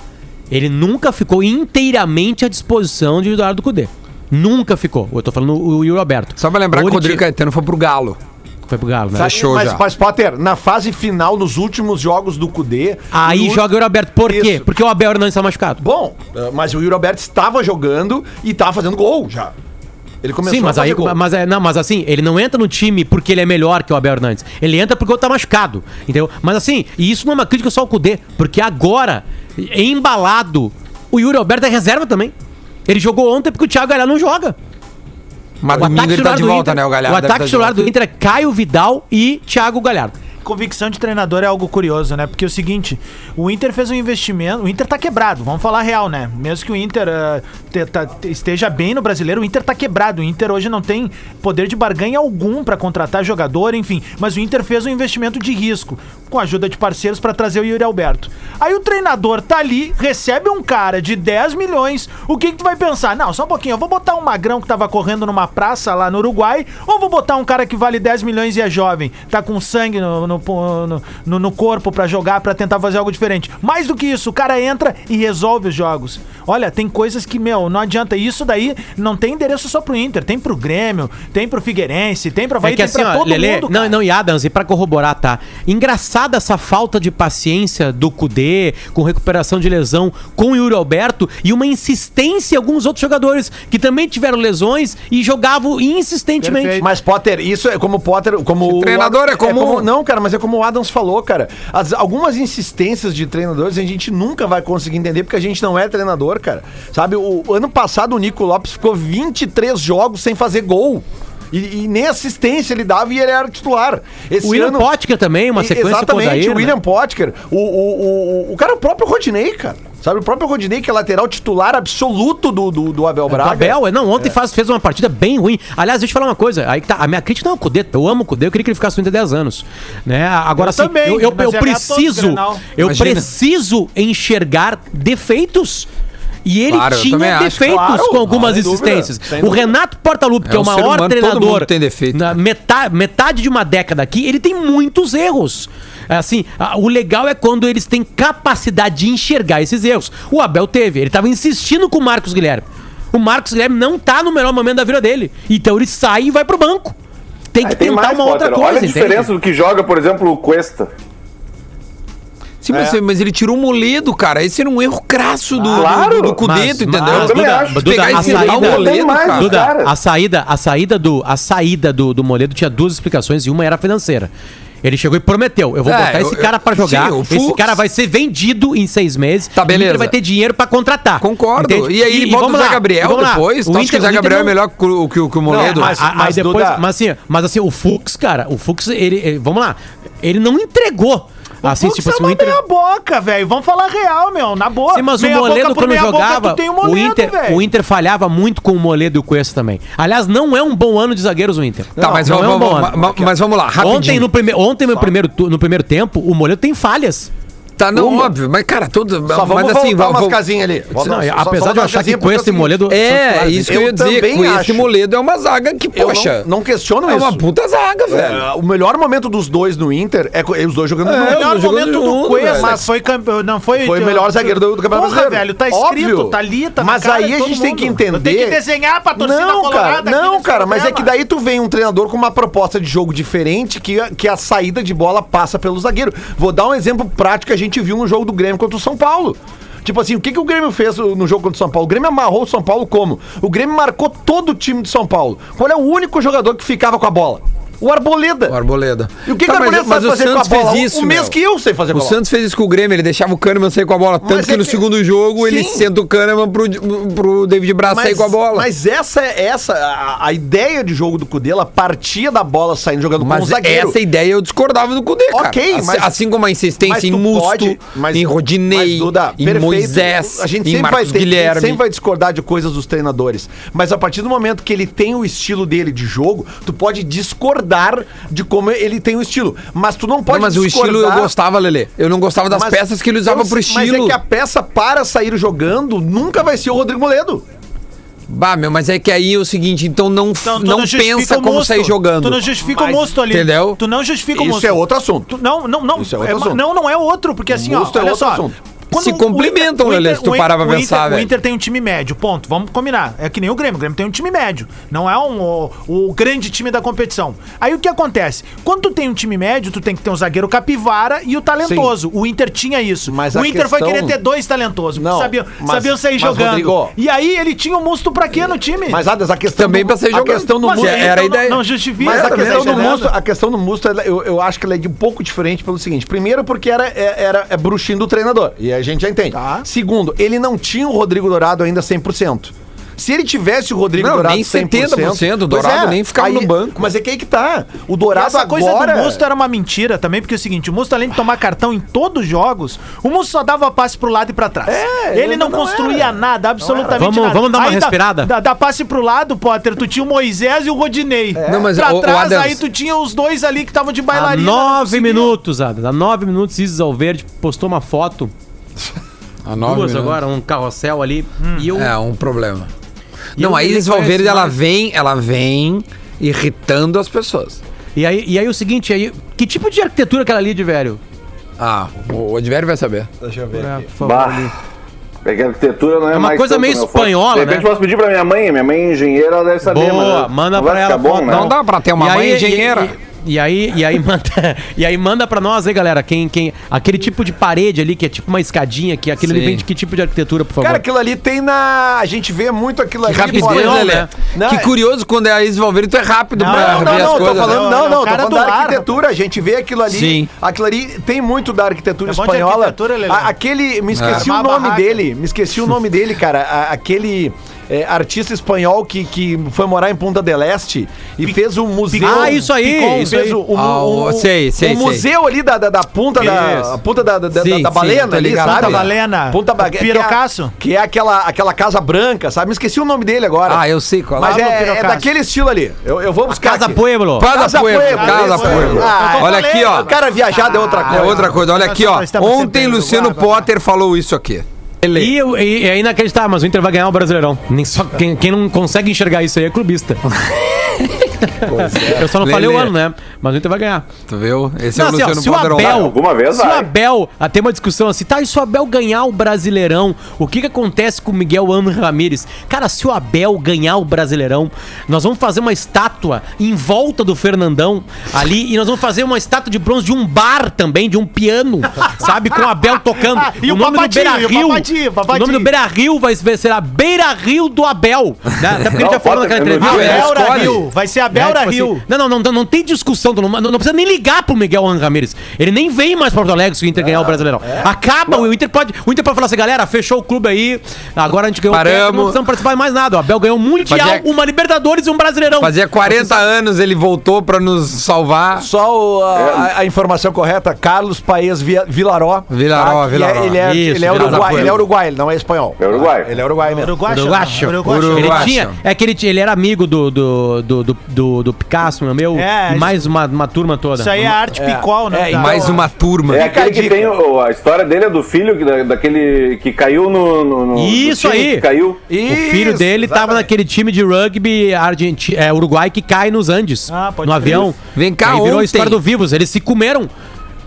ele nunca ficou inteiramente à disposição de Eduardo Cudê. Nunca ficou. Eu tô falando o Yuri Alberto.
Só pra lembrar
Ou
que o
ele
Rodrigo é
tinha-
Caetano foi pro Galo.
Foi pro Galo, né?
Tá,
Fechou
mas,
já.
mas, Potter, na fase final, nos últimos jogos do Cudê.
Aí
no-
joga o Yuri Alberto. Por quê?
Isso.
Porque o Abel Hernandes tá machucado.
Bom, eh, mas o Yuri Alberto estava jogando e estava fazendo gol já. Ele começou
Sim, mas
a fazer
aí,
gol.
mas, é- não, mas assim, ele não entra no time porque ele é melhor que o Abel Hernandes. Ele entra porque tá machucado, entendeu? Mas assim, e isso não é uma crítica só ao Cudê, porque agora, embalado, o Yuri Alberto é reserva também. Ele jogou ontem porque o Thiago Galhardo não joga.
Mas
O
domingo ele tá
titular
de
do
volta,
Inter-
né, o Galhardo?
O
deve tá
ataque
de
titular
volta.
do Inter é Caio Vidal e Thiago Galhardo.
Convicção de treinador é algo curioso, né? Porque é o seguinte, o Inter fez um investimento, o Inter tá quebrado, vamos falar a real, né? Mesmo que o Inter ah, te- tá- te- esteja bem no brasileiro, o Inter tá quebrado. O Inter hoje não tem poder de barganha algum pra contratar jogador, enfim. Mas o Inter fez um investimento de risco, com a ajuda de parceiros pra trazer o Yuri Alberto. Aí o treinador tá ali, recebe um cara de 10 milhões, o que que tu vai pensar? Não, só um pouquinho, eu vou botar um magrão que tava correndo numa praça lá no Uruguai, ou vou botar um cara que vale 10 milhões e é jovem, tá com sangue no, no, no- no- no corpo pra jogar, pra tentar fazer algo diferente. Mais do que isso, o cara entra e resolve os jogos. Olha, tem coisas que, meu, não adianta. Isso daí não tem endereço só pro Inter, tem pro Grêmio, tem pro Figueirense, tem pro Havaí,
é que
tem
assim, ó, Lelê, não,
cara.
não, e Adams, e pra corroborar, tá? Engraçada essa falta de paciência do Cudê, com recuperação de lesão com o Yuri Alberto, e uma insistência em alguns outros jogadores que também tiveram lesões e jogavam insistentemente.
Mas Potter, isso é como Potter, como o
treinador é comum.
Não, cara, mas é como o Adams falou, cara. As- algumas insistências de treinadores a gente nunca vai conseguir entender porque a gente não é treinador, cara. Sabe, o ano passado o Nico Lopes ficou 23 jogos sem fazer gol. E, e nem assistência ele dava e ele era titular. Esse
o William
ano-
Potker também, uma
E-
sequência
Exatamente,
com o Odair,
o
né?
William Potker. O, o, o, o cara é o próprio Rodinei, cara. Sabe, o próprio Rodinei, que é lateral titular absoluto do, do, do Abel Braga.
O Abel, é, não, ontem faz- fez uma partida bem ruim. Aliás, deixa eu te falar uma coisa. Aí que tá, a minha crítica não é o Cudê. Eu amo o Cudê, eu queria que ele ficasse no Inter 10 anos. Né? Agora
Eu
sim,
também,
eu, eu-
mas
eu
é ganhar todos,
preciso.
Grenal.
Eu
Imagina.
preciso enxergar defeitos. E ele
Claro, eu também
tinha
acho,
defeitos
claro,
com algumas
sem dúvida,
insistências.
sem
o
dúvida.
Renato Portaluppi, que
É
é,
um
o
ser
maior
humano, todo
treinador.
mundo tem defeito.
na- metade, Ah, metade de uma década aqui, ele tem muitos erros. Assim, a- o legal é quando eles têm capacidade de enxergar esses erros. O Abel teve, ele tava insistindo com o Marcos Guilherme. O Marcos Guilherme não tá no melhor momento da vida dele. Então ele sai e vai pro banco. Tem que
Aí tem
tentar
mais,
uma outra
Potter.
coisa,
Olha a
entende?
diferença do que joga, por exemplo, o Cuesta.
Sim, mas, mas ele tirou o moledo, cara. Esse era um erro crasso do,
Claro.
do, do Cudeto,
Mas- mas-
entendeu?
Eu também
Duda,
acho.
Duda,
Pegar
a
esse tal
saída-
moledo,
Não tem
Ah, cara.
mais.
Duda,
cara.
a saída, a saída do, a saída do, do Moledo tinha duas explicações e uma era financeira. Ele chegou e prometeu, eu vou
É,
botar esse
eu-
cara pra
eu-
jogar,
sim, o
esse
Fux.
cara vai ser vendido em seis meses,
Tá,
e o Inter
beleza.
vai ter dinheiro pra contratar.
Concordo. E aí, bota o
vamos
Zé
lá, e
Gabriel
vamos lá.
depois. Tu acha que o Zé
Inter
Gabriel é
não-
melhor que o, que o, que o Moledo?
Não, Ah, mas-
a- aí depois,
Duda-
eh, mas assim, mas assim, o Fux, cara, o Fux, ele, ele- vamos lá, ele não entregou. assim,
Fux
tipo
é
assim,
uma
o Inter.
meia boca, velho. Vamos falar real, meu. Na boa.
Sim, mas o
Meia boca
Moledo,
por
quando
meia boca,
jogava,
tu
um
tem o
o,
Moledo,
Inter,
velho.
o Inter falhava muito com o Moledo e o Cuesta também. Aliás, não é um bom ano de zagueiros o Inter.
Tá, mas,
não é um
vamos, vamos- ma- ma- mas vamos lá, rapidinho.
Ontem, no, prime ontem no, primeiro, tu- no primeiro tempo, o Moledo tem falhas.
Tá, não, óbvio, mas cara, tudo...
Só vamos
mas
voltar
assim,
umas
vamos...
casinhas ali. Volta-
Não,
só-
apesar
só
de eu
uma
achar que
casinha, porque
Cuesta
é
e
o seguinte,
Moledo. são
É,
claras,
isso que
Eu
eu ia dizer.
também
Cuesta
acho.
e Moledo é uma zaga que,
Eu
poxa...
não, não questiono
é
isso.
uma puta zaga, velho.
É, o melhor momento dos dois no Inter é co- é os dois jogando
O
juntos.
melhor
jogando
momento do
junto,
Cuesta
velho.
mas foi campeão. Não, foi, uh,
Foi o melhor zagueiro do- do Campeonato
Porra,
Brasileiro.
velho, tá escrito,
Óbvio.
tá ali, tá na
Mas
cara
aí
de
a
todo
gente tem que
mundo. Eu tenho
entender-
que desenhar pra torcida
Não, cara,
colorada. aqui
não,
nesse
cara, mas é
programa.
que daí tu vem um treinador com uma proposta de jogo diferente que a, que a saída de bola passa pelo zagueiro. Vou dar um exemplo prático que a gente viu no jogo do Grêmio contra o São Paulo. Tipo assim, o que, que o Grêmio fez no jogo contra o São Paulo? O Grêmio amarrou o São Paulo como? O Grêmio marcou todo o time de São Paulo. Qual é o único jogador que ficava com a bola? O Arboleda.
O Arboleda.
E o que,
Tá,
que o
mas-
Arboleda
mas
sabe
o
fazer com a
Santos fez
bola?
isso,
o mês
meu.
que eu sei fazer com
O
a bola.
Santos fez isso com o Grêmio, ele deixava o Kahneman sair com a bola. Tanto
Mas
que
é
no
que-
segundo jogo ele
Sim.
senta o Kahneman pro, pro David Braz sair com a bola.
Mas essa é essa a, a ideia de jogo do Cudela partia da bola saindo jogando com o
Mas
um zagueiro.
essa ideia eu discordava do Cudê, cara.
Ok,
assim,
mas-
assim como a
Mas
insistência em
tu
Musto,
pode- mas-
em Rodinei,
mas, Duda,
em
perfeito.
Moisés,
a gente
em
sempre vai
Marcos
ter- a gente
Guilherme.
sempre vai discordar de coisas dos treinadores. Mas a partir do momento que ele tem o estilo dele de jogo, tu pode discordar de como ele tem o estilo. Mas tu não pode
Não, mas o estilo eu gostava, Lele. Eu não gostava das
mas-
peças que ele usava
eu-
pro
Mas é
estilo.
que a peça para sair jogando nunca vai ser o Rodrigo Moledo.
Bah, meu, mas é que aí é o seguinte, então não,
Então, tu
não
justifica
pensa
o
como
Musto.
sair jogando.
Tu não justifica o mosto ali.
entendeu?
Tu não justifica o
Isso
mosto.
é outro assunto.
Tu- Não, não, não.
Isso é outro
ma-
assunto.
Não, não é outro, porque assim,
Isso
ó,
é
olha
outro
só.
assunto.
Quando
Se
o- o
complementam,
Inter-
Lelê,
o
se tu
Inter-
parar pra
o Inter-
pensar,
O
velho.
Inter tem um time médio, ponto. Vamos combinar. É que nem o Grêmio. O Grêmio tem um time médio. Não é um, o, o grande time da competição. Aí o que acontece? Quando tu tem um time médio, tu tem que ter um zagueiro capivara e o talentoso. O Inter tinha isso.
Mas
o
a
Inter foi
questão-
querer ter dois talentosos.
Não,
sabiam,
mas-
sabiam sair
mas,
jogando.
Rodrigo-
E aí ele tinha o um monstro pra quê no time?
Mas Adas, a questão
Também
do-
pra sair
a
jogando.
questão do
Mas
Musto-
é- era a
então
ideia.
Não, não justifica.
Mas a
tá
é
questão, do
entendendo?
Musto, a questão do Musto, ela- eu, eu acho que ela é de um pouco diferente pelo seguinte. Primeiro, porque era, é- era é bruxinho do treinador. E a gente já entende.
Tá.
Segundo, ele não tinha o Rodrigo Dourado ainda 100%. Se ele tivesse o Rodrigo
Não,
Dourado
nem 70%, o
pois
Dourado nem ficava
aí-
no banco.
Mas é que aí que tá. O
E
Dourado
Essa coisa
agora...
do Musto era uma mentira também, porque é o seguinte, o Musto além de tomar cartão em todos os jogos, o Musto só dava passe pro lado e pra trás.
É,
ele
eu-
não,
não
construía
era.
nada, absolutamente
Vamos-
nada.
vamos dar uma
Aí dá-
respirada?
Dá, dá passe pro lado, Potter, tu tinha o Moisés e o Rodinei.
É.
Não, mas
pra
o- o
trás,
Adams-
aí tu tinha os dois ali que estavam de
Há
bailarina. não
nove
conseguia.
minutos, Adas. Há nove minutos, Isis Alverde postou uma foto,
A nove,
duas
né?
agora, um carrossel ali.
Hum.
E eu.
É, um problema.
E
não,
eu
a
nem
Iris
conheço
Valverde, ela
mais.
vem, ela vem irritando as pessoas.
E, aí, e aí o seguinte, aí, que tipo de arquitetura aquela ali de velho?
Ah, o Odvério vai saber.
É, por favor,
Bah.
ali.
É que a arquitetura não é,
É uma
mais
coisa
tanto
meio
meu forte.
espanhola,
De repente
né?
posso pedir pra minha mãe, minha mãe é engenheira, ela deve saber.
Boa,
mas
manda
não vai
pra
ficar
ela a
Bom,
foto.
né?
Não dá pra ter uma
E
mãe
aí-
engenheira.
E, e aí, e aí manda, e aí manda pra nós aí, galera, quem, quem, aquele tipo de parede ali, que é tipo uma escadinha, que aquilo ali
Sim.
vem de que tipo de arquitetura, por favor?
Cara, aquilo ali tem na... A gente vê muito aquilo ali.
Rapidez,
pô, não,
né, Lelé?
né? Não,
Que
é-
curioso, quando é a Iris Valverde, tu é rápido
Não,
pra
Não,
ver
não,
as
não, tô
coisas. né?
falando, não,
Não, não,
não, tô
cara
falando
do
da
ar,
arquitetura, a gente vê aquilo ali.
Sim.
Aquilo ali tem muito da arquitetura
É bom de
espanhola.
arquitetura, Lelê.
A- aquele, me esqueci
É.
o
Uma
nome
barraca.
dele, me esqueci o nome dele, cara. A- aquele é, artista espanhol que, que foi morar em Punta del Este e fez um museu.
Ah, isso aí,
um
Picon,
isso
fez
aí.
o- o-
Ah,
o-
o- sei, sei, sei.
o museu ali da, da, da ponta da,
Isso.
a ponta da, da, da-
Sim,
da
sim,
balena
tô
ali,
ligado.
sabe?
Ponta
Balena.
Ponta
O
Balena.
Pirocaço.
Que é, aquela, aquela casa branca, sabe? Me esqueci o nome dele agora.
Ah, eu sei qual é.
Mas
Lá no
é, é
Pirocaço.
daquele estilo ali. Eu, eu vou buscar.
Casa
aqui.
Pueblo.
Casa Pueblo,
Pueblo,
Casa
isso.
Pueblo.
Ah,
Olha aqui, ó.
O cara viajado é outra
É
coisa.
outra coisa. Olha
Nós
aqui, ó.
estamos sempre
Ontem
indo.
Luciano
Vai, vai, vai.
Potter falou isso aqui.
E, eu- e, e é inacreditável, mas o Inter vai ganhar o Brasileirão. Nem só, quem, quem não consegue enxergar isso aí é clubista. Eu só não falei o
Lelê.
ano, né? Mas o Inter vai ganhar.
Tu viu? Esse
Não,
é o
assim, ó,
Luciano
se o
Potter. online.
Abel,
Alguma vez
se o
vai.
Abel, até uma discussão assim, tá, e se o Abel ganhar o Brasileirão, o que que acontece com o Miguel Ano Ramírez? Cara, se o Abel ganhar o Brasileirão, nós vamos fazer uma estátua em volta do Fernandão ali, e nós vamos fazer uma estátua de bronze de um bar também, de um piano, sabe, com o Abel tocando.
Ah, E o Papatinho, e o Papatinho, o
o
Papatinho.
nome do Beira Rio vai ser- será Beira Rio do Abel, né? Até porque ele já
Não,
falou naquela
Potter, eu não
entrevista.
vi
né?
essa.
Abel
escolhe.
Rio, vai ser Abel
né?
era
Tipo assim,
Rio.
não, não, não, não, não tem discussão. tu Não, não precisa nem ligar pro Miguel Ángel Ramírez. Ele nem vem mais pra Porto Alegre se o Inter
Ah,
ganhar o Brasileirão.
é?
Acaba, o Inter pode. O Inter pode falar assim, galera, fechou o clube aí. Agora a gente ganhou
Paramos.
o técnico, não precisamos participar mais nada. O Abel ganhou um Mundial,
Fazia-
uma Libertadores e um Brasileirão.
Fazia 40 anos ele voltou pra nos salvar.
Só o- a,
É.
a- a informação correta, Carlos Paes Via- Vilaró.
Vilaró,
Que é-
Vilaró.
Ele é,
Isso,
ele, é
Vilaró.
uruguai, ele é uruguai, ele não é espanhol.
É uruguaio.
Ele é uruguai mesmo.
Uruguacho.
Uruguacho.
Uruguacho.
Ele
Uruguacho.
tinha. É que ele, tinha- ele era amigo do, do, do, do, do- do Picasso, meu, meu
É, isso-
mais uma, uma turma toda.
Isso aí é arte picol, né?
É, e
Da-
Mais uma turma.
É
Fica a
aquele que
dica.
tem o- a história dele é do filho que- da- daquele que caiu no. no- no-
Isso
do time
aí.
que caiu.
O filho dele tava naquele time de rugby argenti- é, uruguai que cai nos Andes,
Ah, pode
no
crer.
avião.
Vem cá
Aí virou a
ontem.
história do Vivos, eles se comeram.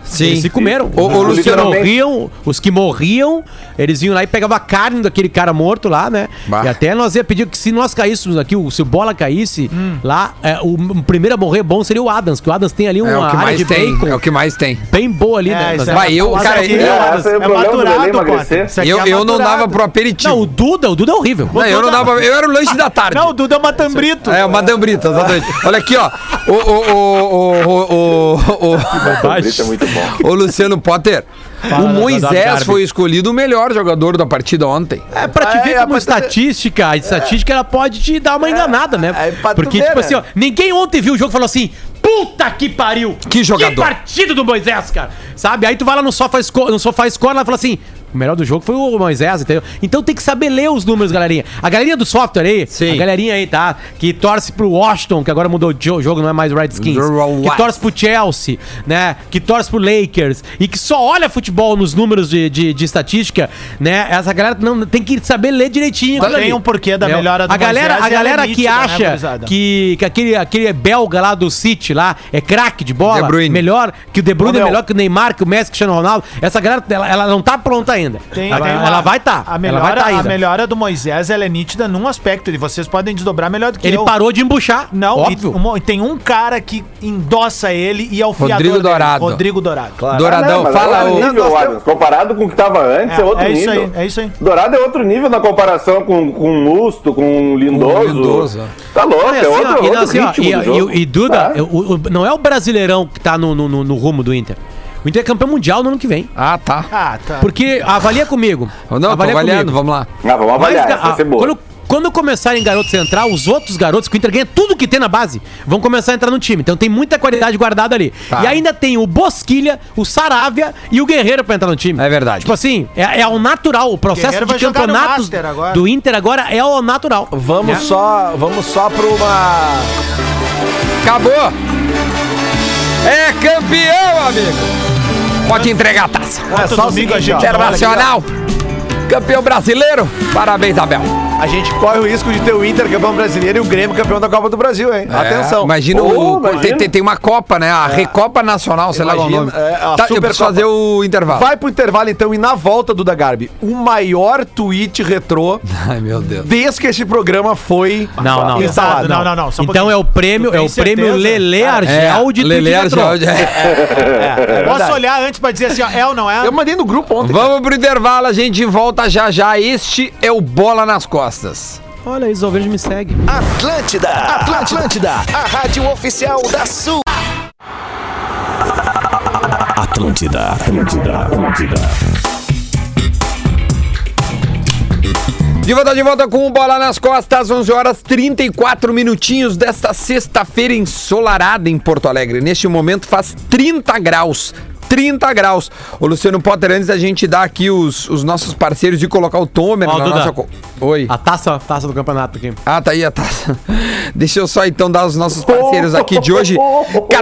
Sim.
Eles se comeram.
Ô, ô,
os, que
Luciano,
morriam, os que morriam, eles vinham lá e pegavam a carne daquele cara morto lá, né?
Bah.
E até nós ia pedir que se nós caíssemos aqui, o- se o Bola caísse lá, é, o m- primeiro a morrer bom seria o Adams, que o Adams tem ali uma
É o que
área de
mais tem.
bacon
É o que mais tem.
bem boa ali,
É,
né?
isso
Nós-
é-
Vai, eu,
Nossa,
cara,
aqui-
eu,
Não, essa é o problema do Lelê
Potter.
emagrecer.
Isso aqui
eu,
é
eu não
maturado.
dava pro aperitivo.
Tá Não, o Duda, o Duda é horrível.
Não, eu não dava. Eu era o lanche da tarde.
Não, o Duda é uma tambrito.
É, o Madame Brita, exatamente. Olha aqui, ó. O. O. O. O. O. o,
O Brito é muito bom.
o Luciano Potter.
Fala,
o Moisés
Darby.
foi escolhido o melhor jogador da partida ontem.
É pra te
É,
ver
é,
como
mas-
estatística, a estatística ela pode te dar uma enganada, né?
é pra tu
Porque,
ver,
tipo
né?
assim, ó, ninguém ontem viu o jogo e falou assim. Puta que pariu!
Que jogador.
Que partido do Moisés, cara! Sabe? Aí tu vai lá no Sofá Score, no sofá score lá e fala assim: o melhor do jogo foi o Moisés, entendeu? Então tem que saber ler os números, galerinha. A galerinha do software aí,
Sim.
a galerinha aí, tá? Que torce pro Washington, que agora mudou de jo- jogo, não é mais Redskins.
Rural
Que torce pro Chelsea, né? Que torce pro Lakers e que só olha futebol nos números de, de, de estatística, né? Essa galera não tem que saber ler direitinho.
Mas
aquilo
tem
ali.
um porquê da
Entendeu?
melhora do
a galera,
Moisés,
A
ela é
galera que
nítida, né,
acha
gurizada?
que, que aquele, aquele belga lá do City lá é craque de bola,
De Bruyne.
melhor que o De Bruyne, é
Abel.
melhor que o Neymar, que o Messi, que o Cristiano Ronaldo. Essa galera, ela, ela não tá pronta ainda.
Tem-
ela,
tem uma-
ela vai tá.
A
ela
melhora,
vai tá
a
ainda.
melhora do Moisés ela é nítida num aspecto, e vocês podem desdobrar melhor do que
Ele
eu.
parou de embuchar.
Não,
óbvio.
E, uma- e tem um cara que endossa ele e é o fiador
Rodrigo
dele,
Dourado.
Rodrigo Dourado. Claro.
Douradão,
Ah, não, mas
fala
agora
o.
é nível,
nós
Adams. Comparado com o que tava antes, é,
É,
outro
é isso
nível.
aí, é isso aí.
Dourado é outro nível na comparação com, com o Musto, com o Lindoso.
Com o Lindoso.
Tá louco,
Olha,
é
assim, ó,
outro,
e não,
outro
assim, ó,
ritmo
e-
do jogo.
e- e Duda,
Tá?
eu- o- o- não é o brasileirão que tá no, no- no- no rumo do Inter. O Inter é campeão mundial no ano que vem.
Ah, tá.
Ah, tá.
Porque avalia comigo.
Não, tô
avalia
avaliando, vamos lá.
Ah, vamos
Mas,
avaliar,
ga-
essa vai ser
ah,
boa.
quando, quando começarem garoto central, os outros garotos que o Inter ganha tudo que tem na base vão começar a entrar no time. Então tem muita qualidade guardada ali.
Tá.
E ainda tem o Bosquilha, o Saravia e o Guerreiro pra entrar no time.
É verdade.
Tipo assim, é, é ao natural. O processo
Guerreiro
de
vai jogar no
campeonatos
Master agora.
do Inter agora é ao natural.
Vamos só, vamos só pra uma.
Acabou! É campeão, amigo! Pode entregar a taça.
É só o
domingo
seguinte,
a gente
ó.
Internacional! Campeão brasileiro! Parabéns, Abel!
A gente corre o risco de ter o Inter campeão brasileiro e o Grêmio campeão da Copa do Brasil, hein?
É,
Atenção. É.
Imagina,
Oh,
o, tem-
imagina.
Tem, tem uma Copa, né? A Recopa Nacional, sei lá qual é o nome.
Imagina, é, a
tá, eu preciso
Supercopa.
fazer o intervalo.
Vai pro intervalo então e na volta do Garbi, o maior tweet retrô
Ai, meu Deus.
desde que esse programa foi
Não, não,
instalado.
não, não, não, só um
então é o prêmio,
Tu
é o
tem
prêmio
certeza?
Lele
É,
Argel de
Lele
Tweet Retrô.
É, Argel de-
É
Posso olhar antes pra dizer assim, ó, é ou não é?
Eu mandei no grupo ontem.
Vamos pro intervalo, a gente volta já já. Este é o Bola nas Costas.
Olha, isso, o verde me segue.
Atlântida, Atlântida, a rádio oficial da Sul. Atlântida, Atlântida, Atlântida.
De volta, de volta com o Bola nas Costas, 11 horas 34 minutinhos desta sexta-feira ensolarada em Porto Alegre. Neste momento faz 30 graus. 30 graus. Ô, Luciano Potter, antes da gente dar aqui os, os nossos parceiros e colocar o Tomer
Ó,
na
Duda.
nossa. co- Oi.
A taça, a taça do campeonato aqui.
Ah, tá aí a taça. Deixa eu só então dar os nossos parceiros aqui de hoje.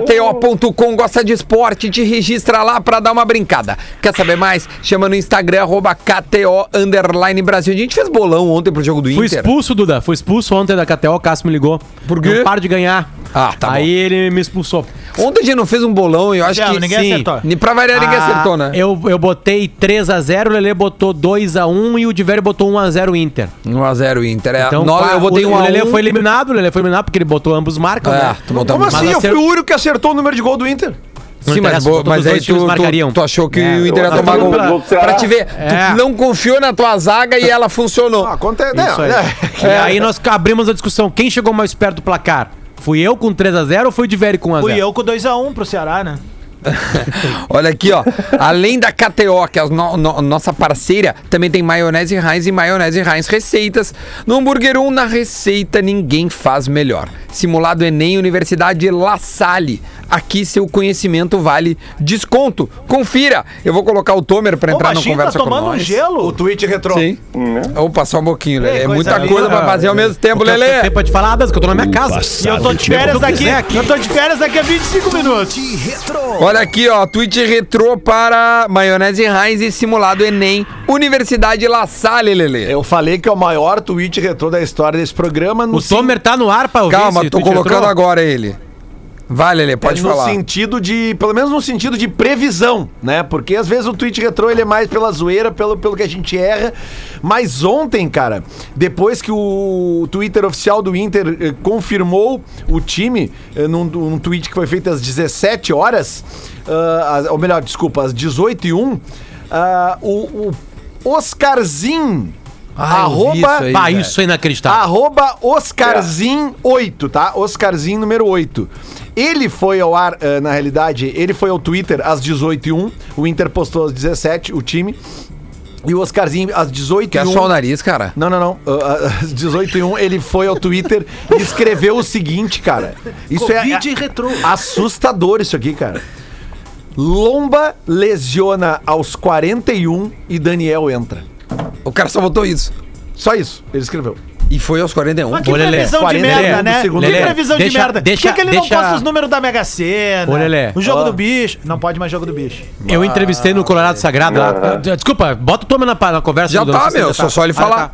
KTO.com gosta de esporte, te registra lá pra dar uma brincada. Quer saber mais? Chama no Instagram, arroba KTO Underline Brasil. A gente fez bolão ontem pro jogo do
Fui
Inter.
expulso, Duda. Fui expulso ontem da KTO, o Cássio me ligou.
Por quê?
Não paro de ganhar.
Ah, tá bom.
Aí ele me expulsou.
Ontem a gente não fez um bolão e eu acho
Não,
que.
ninguém
sim.
acertou.
Ni- Pra variar, ninguém
Ah,
acertou, né?
Eu, eu botei 3x0, o Lelê botou 2x1 e o Diverio botou 1x0 Inter.
1x0 Inter. É,
Então,
nós,
pá,
eu botei
o,
1
o
a
Lelê
1.
foi eliminado, o Lelê foi eliminado porque ele botou ambos marcam,
É,
né?
tu botou
Como
ambos
assim?
Mas
Eu fui
acer-
o único que acertou o número de gol do Inter.
Não
Sim, mas,
interessa,
bo-
todos
mas
os
aí
dois times
tu, tu,
marcariam.
tu achou que
É,
o Inter ia
eu
tomar
acho que
gol.
o gol do Ceará.
Pra te ver,
É.
tu não confiou na tua zaga e ela funcionou.
Acontece.
Isso aí.
né?
É.
E aí nós abrimos a discussão. Quem chegou mais perto do placar? Fui eu com 3x0 ou foi o Diveri com 1x0?
Fui eu com 2x1 pro Ceará, né?
Olha aqui, ó. Além da KTO, que é a no- no- nossa parceira, também tem maionese Heinz e maionese Heinz receitas. No Hambúrguer 1, na receita, ninguém faz melhor. Simulado Enem, Universidade La Salle. Aqui seu conhecimento vale desconto. Confira. Eu vou colocar o Tomer pra
O
entrar no
baixinho tá
Conversa com
tomando um
Nós.
gelo.
O tweet retrô.
Sim. Opa, só um pouquinho, Lelê.
Ei,
É
coisa
muita
linda.
coisa pra fazer ao mesmo tempo,
é. Porque eu tenho
Lelê.
tempo pra te falar, ah, Dantas, que eu tô na minha casa.
E eu tô de férias
Quando eu
daqui.
quiser aqui.
Eu tô de férias daqui a 25 minutos.
Olha aqui, ó, tweet retrô para Maionese Heinz e simulado Enem, Universidade La Salle, Lelê.
Eu falei que é o maior tweet retrô da história desse programa no,
O Tomer tá no ar pra ouvir
Calma,
esse
tô
tweet
colocando
retrô.
agora ele. Vai, Lelê, pode
É, no
falar.
sentido de, pelo menos no sentido de previsão, né? Porque às vezes o tweet retrô ele é mais pela zoeira, pelo, pelo que a gente erra. Mas ontem, cara, depois que o Twitter oficial do Inter eh, confirmou o time eh, num, num tweet que foi feito às 17 horas, ah, às- ou melhor, desculpa, às 18 e 1, ah, o, o Oscarzinho,
Ah, eu vi
arroba
isso aí.
Bah, isso é inacreditável.
Arroba Oscarzinho8, tá? Oscarzinho número 8. Ele foi ao ar, eh, na realidade, ele foi ao Twitter às 18h01. O Inter postou às 17 o time. E o Oscarzinho às 18
Quer É
um-
só o nariz, cara?
Não, não, não. Ah, ah, Às 18h01 ele foi ao Twitter e escreveu o seguinte, cara. Isso
Covid
é,
retrô.
assustador isso aqui, cara. Lomba lesiona aos 41 e Daniel entra.
O cara só botou isso.
Só isso, ele escreveu.
E um? foi aos 41.
Mas que
Ô, Lelê,
previsão de
40
merda,
Lelê,
né?
segundo
que
Lelê,
previsão de
deixa-
merda. Por que,
deixa-
que ele
deixa-
não posta os números da Mega Sena?
Ô, Lelê.
O jogo do bicho. Não pode mais jogo do bicho.
Eu entrevistei no Colorado Sagrado lá.
Aham.
Desculpa, bota o Tomer na, pa- na conversa.
Já
do-
tá,
do-
meu,
do-
só- só ele falar.
tá.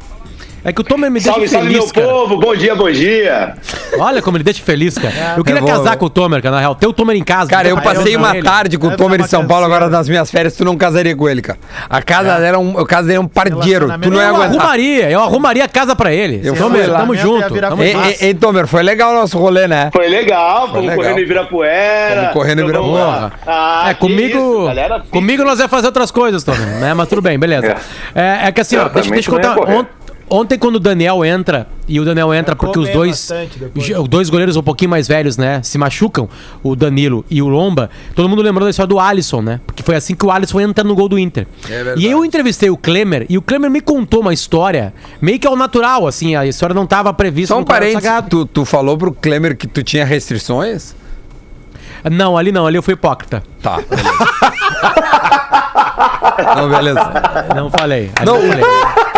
É que o Tomer me
Salve,
deixa
salve,
feliz,
meu
cara.
povo! Bom dia, bom dia!
Olha como ele deixa feliz, cara. Eu queria
Eu vou-
casar com o Tomer, cara, na real. Ter o Tomer em casa.
É Cara, eu
Aí
passei
não,
uma
ele.
tarde com
Vai
o
dar
Tomer
uma
em São Paulo
canseira.
agora nas minhas férias, tu não casaria com ele, cara. A casa era um, a casa era um pardieiro, tu não ia
Eu
Eu
aguentar.
arrumaria, eu arrumaria a casa pra ele.
Eu
Tomer,
fui lá.
tamo junto.
Ia virar
tamo
festa.
junto.
Ei, ei, ei, Tomer, foi legal o nosso rolê, né?
Foi legal, fomos
legal.
correndo em Virapuera.
Fomos correndo em
tomamos-
Ibirapuera.
Ah,
é,
que
comigo,
isso, galera,
comigo nós ia fazer outras coisas, Tomer, né? Mas tudo bem, beleza. É, é que assim, ó,
Eu
deixa,
também
deixa eu
não ia
contar.
correr.
ont- ontem, quando o Daniel entra, e o Daniel entra porque os
comer
dois,
É, bastante depois.
ge- os dois goleiros um pouquinho mais velhos, né, se machucam, o Danilo e o Lomba, todo mundo lembrou da história do Alisson, né? Porque foi assim que o Alisson entra no gol do Inter.
É verdade.
e eu entrevistei o Klemer, e o Klemer me contou uma história, meio que ao natural, assim, a história não estava prevista
Só um
Colorado
parênteses,
Sagrado.
tu, tu falou pro Klemer que tu tinha restrições?
Não, ali não, ali eu fui hipócrita.
Tá, beleza. não, beleza.
Não falei. ali
Não,
não falei.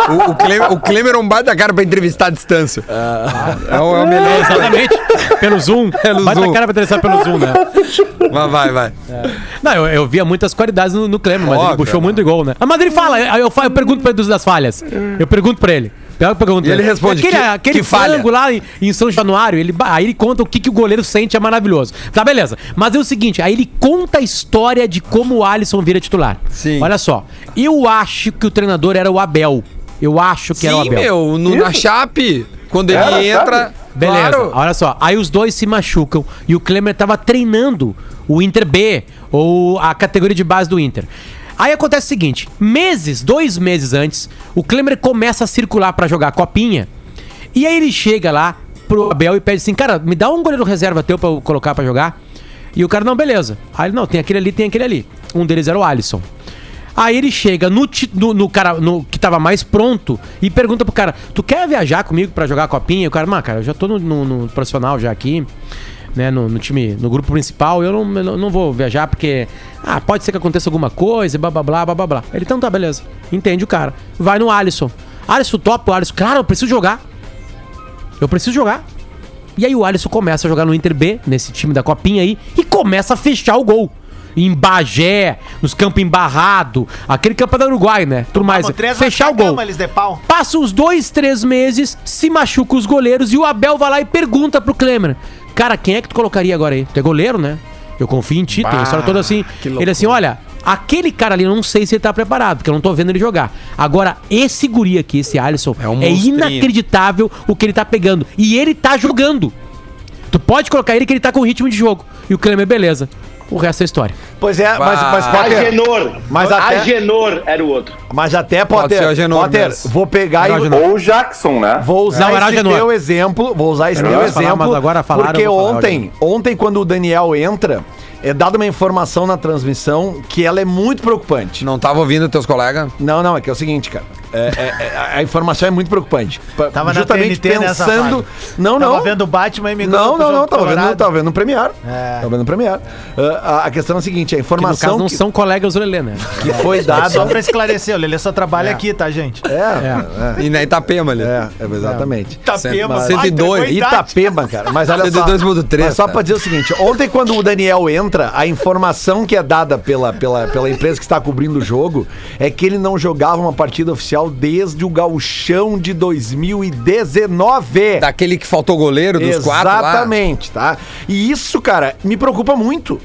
o, o, Klemer, o Klemer é um baita cara pra entrevistar à distância. É, o, é o melhor.
Exatamente. pelo Zoom.
Pelo
Bata
Zoom.
a cara pra interessar pelo Zoom, né?
Vai, vai, vai.
Não, eu, eu via muitas qualidades no, no Clemer, mas ele
Óbvio,
puxou
né?
muito igual, né? Ah, Mas ele fala, eu, eu, fa- eu pergunto pra ele dos- das falhas. Eu pergunto pra ele. Pior que eu pergunto
E
pra
ele responde,
Aquele,
que-
aquele
que falha?
frango lá em, em São Januário, ele, ba- aí ele conta o que, que o goleiro sente, é maravilhoso. Tá, beleza. Mas é o seguinte, aí ele conta a história de como o Alisson vira titular.
Sim.
Olha só, eu acho que o treinador era o Abel. Eu acho que era o
Sim,
Abel.
meu, no, na Chape, quando ele
Era,
entra.
sabe?
Beleza,
Claro.
olha só. Aí os dois se machucam e o Klemer tava treinando o Inter B, ou a categoria de base do Inter. Aí acontece o seguinte: meses, dois meses antes, o Klemer começa a circular pra jogar a copinha. E aí ele chega lá pro Abel e pede assim: cara, me dá um goleiro reserva teu pra eu colocar pra jogar. E o cara, não, beleza. Aí ele, não, tem aquele ali, tem aquele ali. Um deles era o Alisson. Aí ele chega no, ti- no, no cara no, que tava mais pronto e pergunta pro cara: Tu quer viajar comigo pra jogar a copinha? E o cara, mano, cara, eu já tô no, no- no profissional já aqui, né? No, no time, no grupo principal, eu não, eu não- não vou viajar porque. Ah, pode ser que aconteça alguma coisa, e blá blá blá blá blá blá. Ele, então tá, beleza. Entende o cara. Vai no Alisson. Alisson top, o Alisson. Cara, eu preciso jogar. Eu preciso jogar. E aí o Alisson começa a jogar no Inter B, nesse time da Copinha aí, e começa a fechar o gol. Em Bagé, nos campos embarrado, aquele campo da Uruguai, né? Tudo mais.
Tomamos Ah, três,
Fechar o
nós
gol.
cagamos eles de pau.
Passa uns dois, três meses, se machuca os goleiros e o Abel vai lá e pergunta pro Klemer: Cara, quem é que tu colocaria agora aí? Tu é goleiro, né? Eu confio em ti, tem a história toda assim. Ele assim: Olha, aquele cara ali, eu não sei se ele tá preparado, porque eu não tô vendo ele jogar. Agora, esse guri aqui, esse Alisson,
É um
é
monstrinho.
inacreditável o que ele tá pegando. E ele tá jogando. Tu pode colocar ele que ele tá com ritmo de jogo. E o Klemer, beleza. O resto é história.
Pois é, mas, mas
Ah.
Potter,
Agenor.
Mas até-
Agenor era o outro.
mas até
Pode
Potter,
ser Agenor
Potter,
mesmo.
vou pegar
Era
e
Agenor.
Ou o Jackson, né?
vou usar
Não, era
esse
Agenor.
teu exemplo, vou usar esse
Era
teu
nós falar,
exemplo,
mas agora falaram,
porque
eu vou falar,
ontem, ontem quando o Daniel entra, é dada uma informação na transmissão que ela é muito preocupante.
Não tava ouvindo teus colegas?
Não, não, é que é o seguinte, cara. É, é, é, a- a informação é muito preocupante. Pa-
Tava na
Justamente
TNT nessa
pensando. não, não.
Tava vendo o Batman e me
Não, não, não, tava vendo,
Tava...
tava vendo um Premiere.
É.
Tava vendo um Premiere. Ah, a- a questão é a seguinte: a
Que no caso
informação
não
que,
são colegas do Lelê, né?
que foi dada.
Só pra esclarecer, o Lelê só trabalha aqui, tá, gente?
É, é,
E na Itapema ali.
é, é, exatamente.
Itapema,
Mas-
vai,
102,
entregou a idade.
Itapema, cara. Mas olha só.
102.3,
mas só pra
cara.
dizer o seguinte: ontem, quando o Daniel entra, a informação que é dada pela, pela, pela empresa que está cobrindo o jogo é que ele não jogava uma partida oficial desde o Gauchão de 2019.
Daquele que faltou goleiro dos quatro lá.
Exatamente, tá? E isso, cara, me preocupa muito.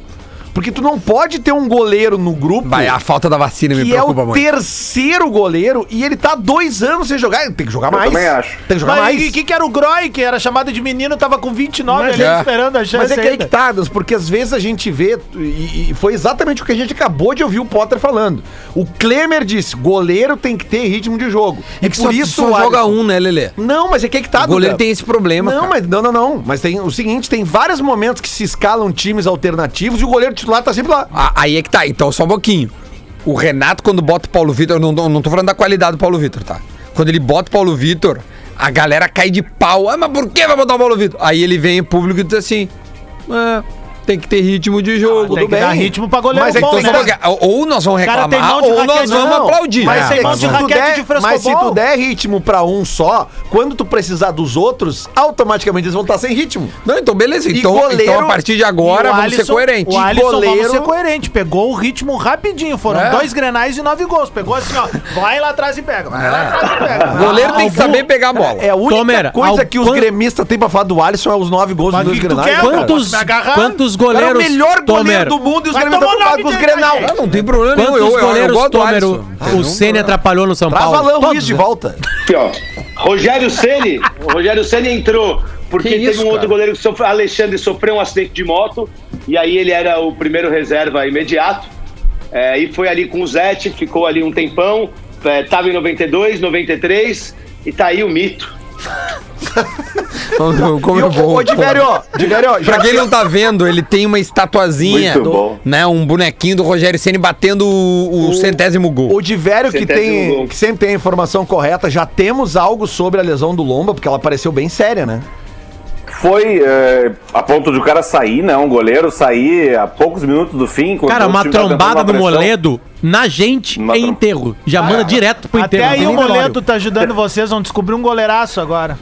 Porque tu não pode ter um goleiro no grupo.
Vai, a falta da vacina me
que é o
preocupa muito.
terceiro goleiro e ele tá há dois anos sem jogar. Tem que jogar mais.
também acho.
Tem que jogar
Mas
mais.
o que, que era o Groy, que era chamado de menino, tava com 29 ali
é.
esperando a chance
Mas é que aí
ainda.
que tá, Adams, porque às vezes a gente vê, e, e foi exatamente o que a gente acabou de ouvir o Potter falando. O Klemer disse: goleiro tem que ter ritmo de jogo.
É que só, só joga um, né, Lelê?
Não, mas é que aí que tá,
O goleiro
Duda.
tem esse problema,
Não,
cara.
mas não, não, não. Mas tem o seguinte: tem vários momentos que se escalam times alternativos e o goleiro titular tá sempre lá.
A- Aí é que tá, então só um pouquinho. O Renato, quando bota o Paulo Vitor, eu não, não- não tô falando da qualidade do Paulo Vitor, tá? Quando ele bota o Paulo Vitor, a galera cai de pau. Ah, mas por que vai botar o Paulo Vitor? Aí ele vem em público e diz assim: ah, tem que ter ritmo de jogo.
tem que dar ritmo pra goleiro
Mas é que
bom,
tu
Então,
né?
só um pouquinho. ou ou nós vamos
Cara,
reclamar,
tem mão de
ou
raquete,
nós vamos
não.
aplaudir.
Mas,
Mas
é,
tem
que
mão
se
de
tu
raquete
der,
de frescobol.
mas se tu der ritmo pra um só, quando tu precisar dos outros, automaticamente eles vão estar sem ritmo.
Não, então beleza.
E
Então,
goleiro-
então a partir de agora
E o
vamos ser
Alisson-
coerentes.
O Alisson
goleiro-
vamos ser coerente. Pegou o ritmo rapidinho. Foram
É.
dois grenais e nove gols. Pegou assim, ó. Vai lá atrás e pega. Vai lá atrás e pega.
O goleiro tem que saber pegar a bola.
É a única
Tomer,
coisa
ao-
que os
quando-
gremistas têm pra falar do Alisson é os nove gols
Mas
dos
que
dois
que tu
grenais.
quer,
cara.
Quantos,
Me agarrar?
quantos
Cara,
goleiros.
é o melhor goleiro
Tomer,
do mundo e os
Vai
gremistas
tomar
estão
nove
com os
de
grenal.
verdade.
Ah, não tem problema nenhum.
Quantos
Eu, eu, eu
goleiros
gosto do
Tomer,
Alisson. Ah,
o, o Senna atrapalhou no São
Traz
Paulo?
Alan Ruiz
Todos,
de
né?
volta.
Aqui, ó. Rogério Ceni, o Rogério Ceni entrou porque
Que
teve
isso,
um outro
cara?
goleiro que sofreu, Alexandre sofreu um acidente de moto e aí ele era o primeiro reserva imediato. É, e foi ali com o Zete, ficou ali um tempão, é, tava em 92, 93 e tá aí o mito.
Como
E
é
o-
bom.
Ô, Diverio, Diverio, já
Pra quem não tá vendo, ele tem uma estatuazinha,
Muito bom.
né? Um bonequinho do Rogério Ceni batendo o, o centésimo gol.
O Diverio que,
Centésimo
tem,
gol.
que sempre tem a informação correta, já temos algo sobre a lesão do Lomba, porque ela pareceu bem séria, né?
Foi é, a ponto de o cara sair, né? Um goleiro sair a poucos minutos do fim. quando
Cara,
o
uma
time tá
trombada
tentando
do
uma pressão.
Moledo na gente
Uma
é
trom-
enterro. Já manda direto pro enterro.
Até aí o
não tem nem velório.
Moledo tá ajudando vocês. Vão descobrir um goleiraço agora.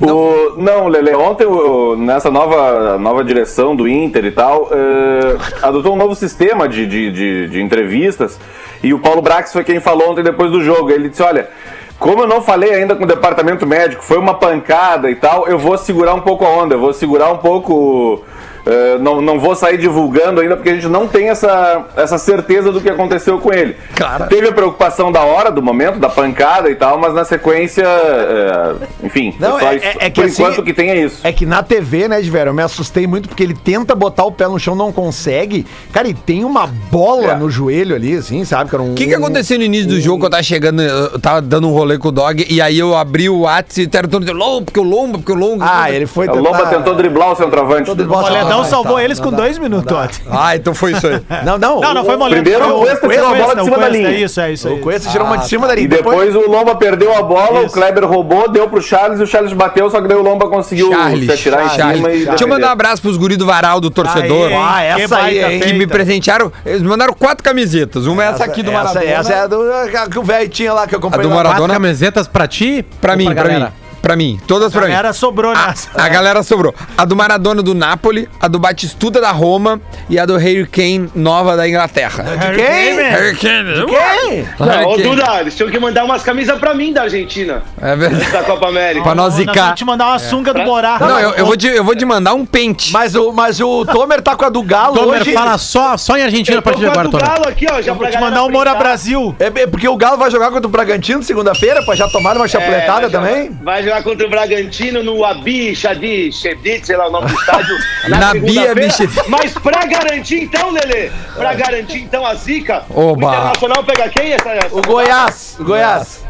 O, não, Lele, ontem, o- nessa nova, nova direção do Inter e tal, eh, adotou um novo sistema de, de, de- de entrevistas. E o Paulo Brax foi quem falou ontem depois do jogo. Ele disse: Olha, como eu não falei ainda com o departamento médico, foi uma pancada e tal, eu vou segurar um pouco a onda, eu vou segurar um pouco. eh, não, não vou sair divulgando ainda porque a gente não tem essa, essa certeza do que aconteceu com ele.
Cara.
Teve a preocupação da hora, do momento, da pancada e tal, mas na sequência, eh, enfim,
Não,
é só
é-
isso.
é- é que
por
assim-
enquanto o que tem é isso.
É que na TV, né, Diverio, eu me assustei muito porque ele tenta botar o pé no chão, não consegue. Cara, e tem uma bola
É.
no joelho ali, assim, sabe? cara? um-
O que, que aconteceu no início do jogo quando eu tava chegando, eu tava dando um rolê com o Dog, e aí eu abri o WhatsApp e era todo mundo dizendo, "Lomba, porque o Lomba, porque o Lomba.
Ah, ele foi
O Lomba tentou driblar o centroavante.
Todo
O
bola-
Moledão
Ah,
salvou
tá,
eles
não
com
dá,
dois
não
minutos
dá.
ontem.
Ah, então foi isso aí.
Não, não.
Não, não foi Moledo.
primeiro
foi
o Cuesta tirou a bola de
o
cima da linha.
É isso, é isso. é
O
isso.
Coelho tirou uma de cima dali.
E depois o Lomba perdeu a bola, o
Isso.
Kleber roubou, deu pro Charles e o Charles bateu, só que daí o Lomba conseguiu
Charles,
se atirar em
Charles.
cima e.
Deixa eu mandar um abraço pros guri do Varal, do torcedor.
Aí,
Ah,
Que
essa aí,
baita
hein?
que me presentearam, eles mandaram quatro camisetas. Uma é essa, aqui do
essa,
Maradona.
essa é a, do, a que o velho tinha lá que eu
A
comprei.
do
lá.
Maradona.
Quatro camisetas pra ti?
Pra
ou
mim, pra
galera?
mim. Pra mim, todas pra mim. Ah,
Era sobrou nessa.
A galera sobrou. A do Maradona do Napoli, a do Batistuta da Roma e a do Harry Kane nova da Inglaterra.
De quem?
Harry Kane.
Quem?
Não, ô
Harry Kane.
Duda, eles tinham que mandar umas camisas pra mim da Argentina,
É verdade.
da Copa América.
Pra nós
Vou
zicar. É.
te mandar uma sunga do Borá.
Não, eu, eu vou te, eu vou te mandar um pente.
Mas o, mas o Tomer tá com a do Galo
Tomer,
hoje.
fala só, só em Argentina a
Eu tô
partir de
com a
agora,
do
Tomer.
Galo aqui, ó, já
Vou
pra
te
galera
mandar um Moura
brincar.
Brasil.
É, é porque o Galo vai jogar contra o Bragantino segunda-feira, pra já tomar uma
É,
chapuletada
vai jogar-
também.
Vai jogar, jogar contra o Bragantino no Abi Chadi, Chedid, sei lá o nome do estádio.
Na
segunda-feira.
Bia Michedi.
Mas pra garantir então, Lelê, pra garantir então a zica, o
Oba.
Internacional pega quem? Essa, essa-
O Goiás, o Goiás.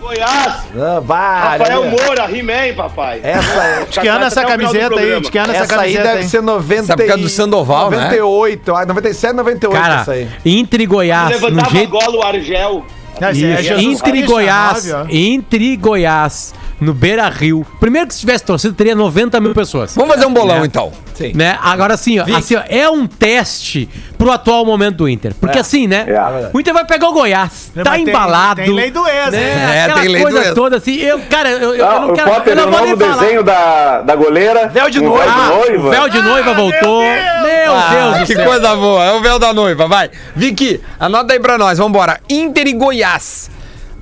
Goiás.
Ah, vai,
Rafael
né?
Moura, He-Man, papai.
Essa, é-
De que ano essa camiseta aí? De que ano essa
essa aí
camiseta
deve
aí?
ser 90
Essa época
e-
do Sandoval, né?
98, ah, 97, 98
Cara,
essa aí.
Inter e Goiás, no
Levantava
jeito...
gola o Argel.
Não, esse é
Isso,
Jesus
Inter e
Cristo,
Goiás,
19, ó.
Inter e Goiás, no Beira Rio. Primeiro que se tivesse torcido, teria 90 mil pessoas.
Vamos fazer um bolão,
Né?
então.
Sim.
Né? Agora sim, ó, assim, ó, é um teste pro atual momento do Inter. Porque assim, né?
É.
O Inter vai pegar o Goiás,
Mas
tá
tem-
embalado.
Tem lei do ex, né?
né?
É,
Aquela
tem lei do
coisa
ex.
toda assim. Eu, cara, eu, eu- eu
Ah,
não
o
quero.
Potter,
eu
o
não vou
novo
nem falar.
desenho da, da goleira.
Véu de
um
noiva.
Véu
Ah,
de noiva.
o véu de noiva voltou. Meu Deus Ah, do
Ah, que
céu.
coisa boa. É o véu da noiva, vai. Vicky, anota aí pra nós, vambora. Inter e Goiás.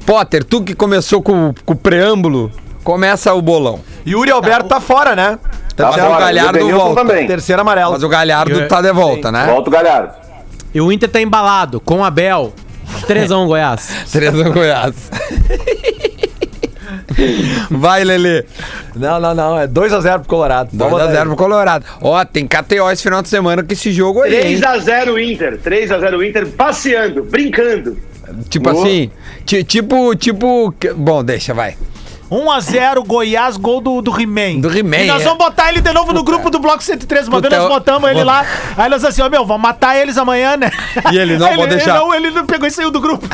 Potter, tu que começou com, com o preâmbulo, começa o bolão.
Yuri Alberto tá fora, né?
Tá
Marcelo
fora. E
Galhardo
Denilson
volta.
também.
Terceiro amarelo.
Mas o Galhardo
Eu-
tá de volta, né?
Volta o Galhardo.
E o Inter tá embalado com a Bel. 3x1 Goiás.
3 no Goiás. Vai, Lelê.
Não, não, não. É 2x0 pro Colorado.
2x0 pro Colorado. Ó, tem KTO esse final de semana com esse jogo aí. hein?
3x0 Inter. 3x0 Inter passeando, brincando.
um.
Tipo assim, ti- tipo, tipo. que- Bom, deixa, vai.
1x0 Goiás, gol do, do He-Man.
Do He-Man,
E nós
é.
vamos botar ele de novo no grupo do Bloco 103. Uma
Puta,
vez nós
eu-
botamos ele
Bota.
lá. Aí nós assim, ó, meu, vamos matar eles amanhã, né?
E ele, não,
Aí
vou deixar.
Ele não, ele não pegou e saiu do grupo.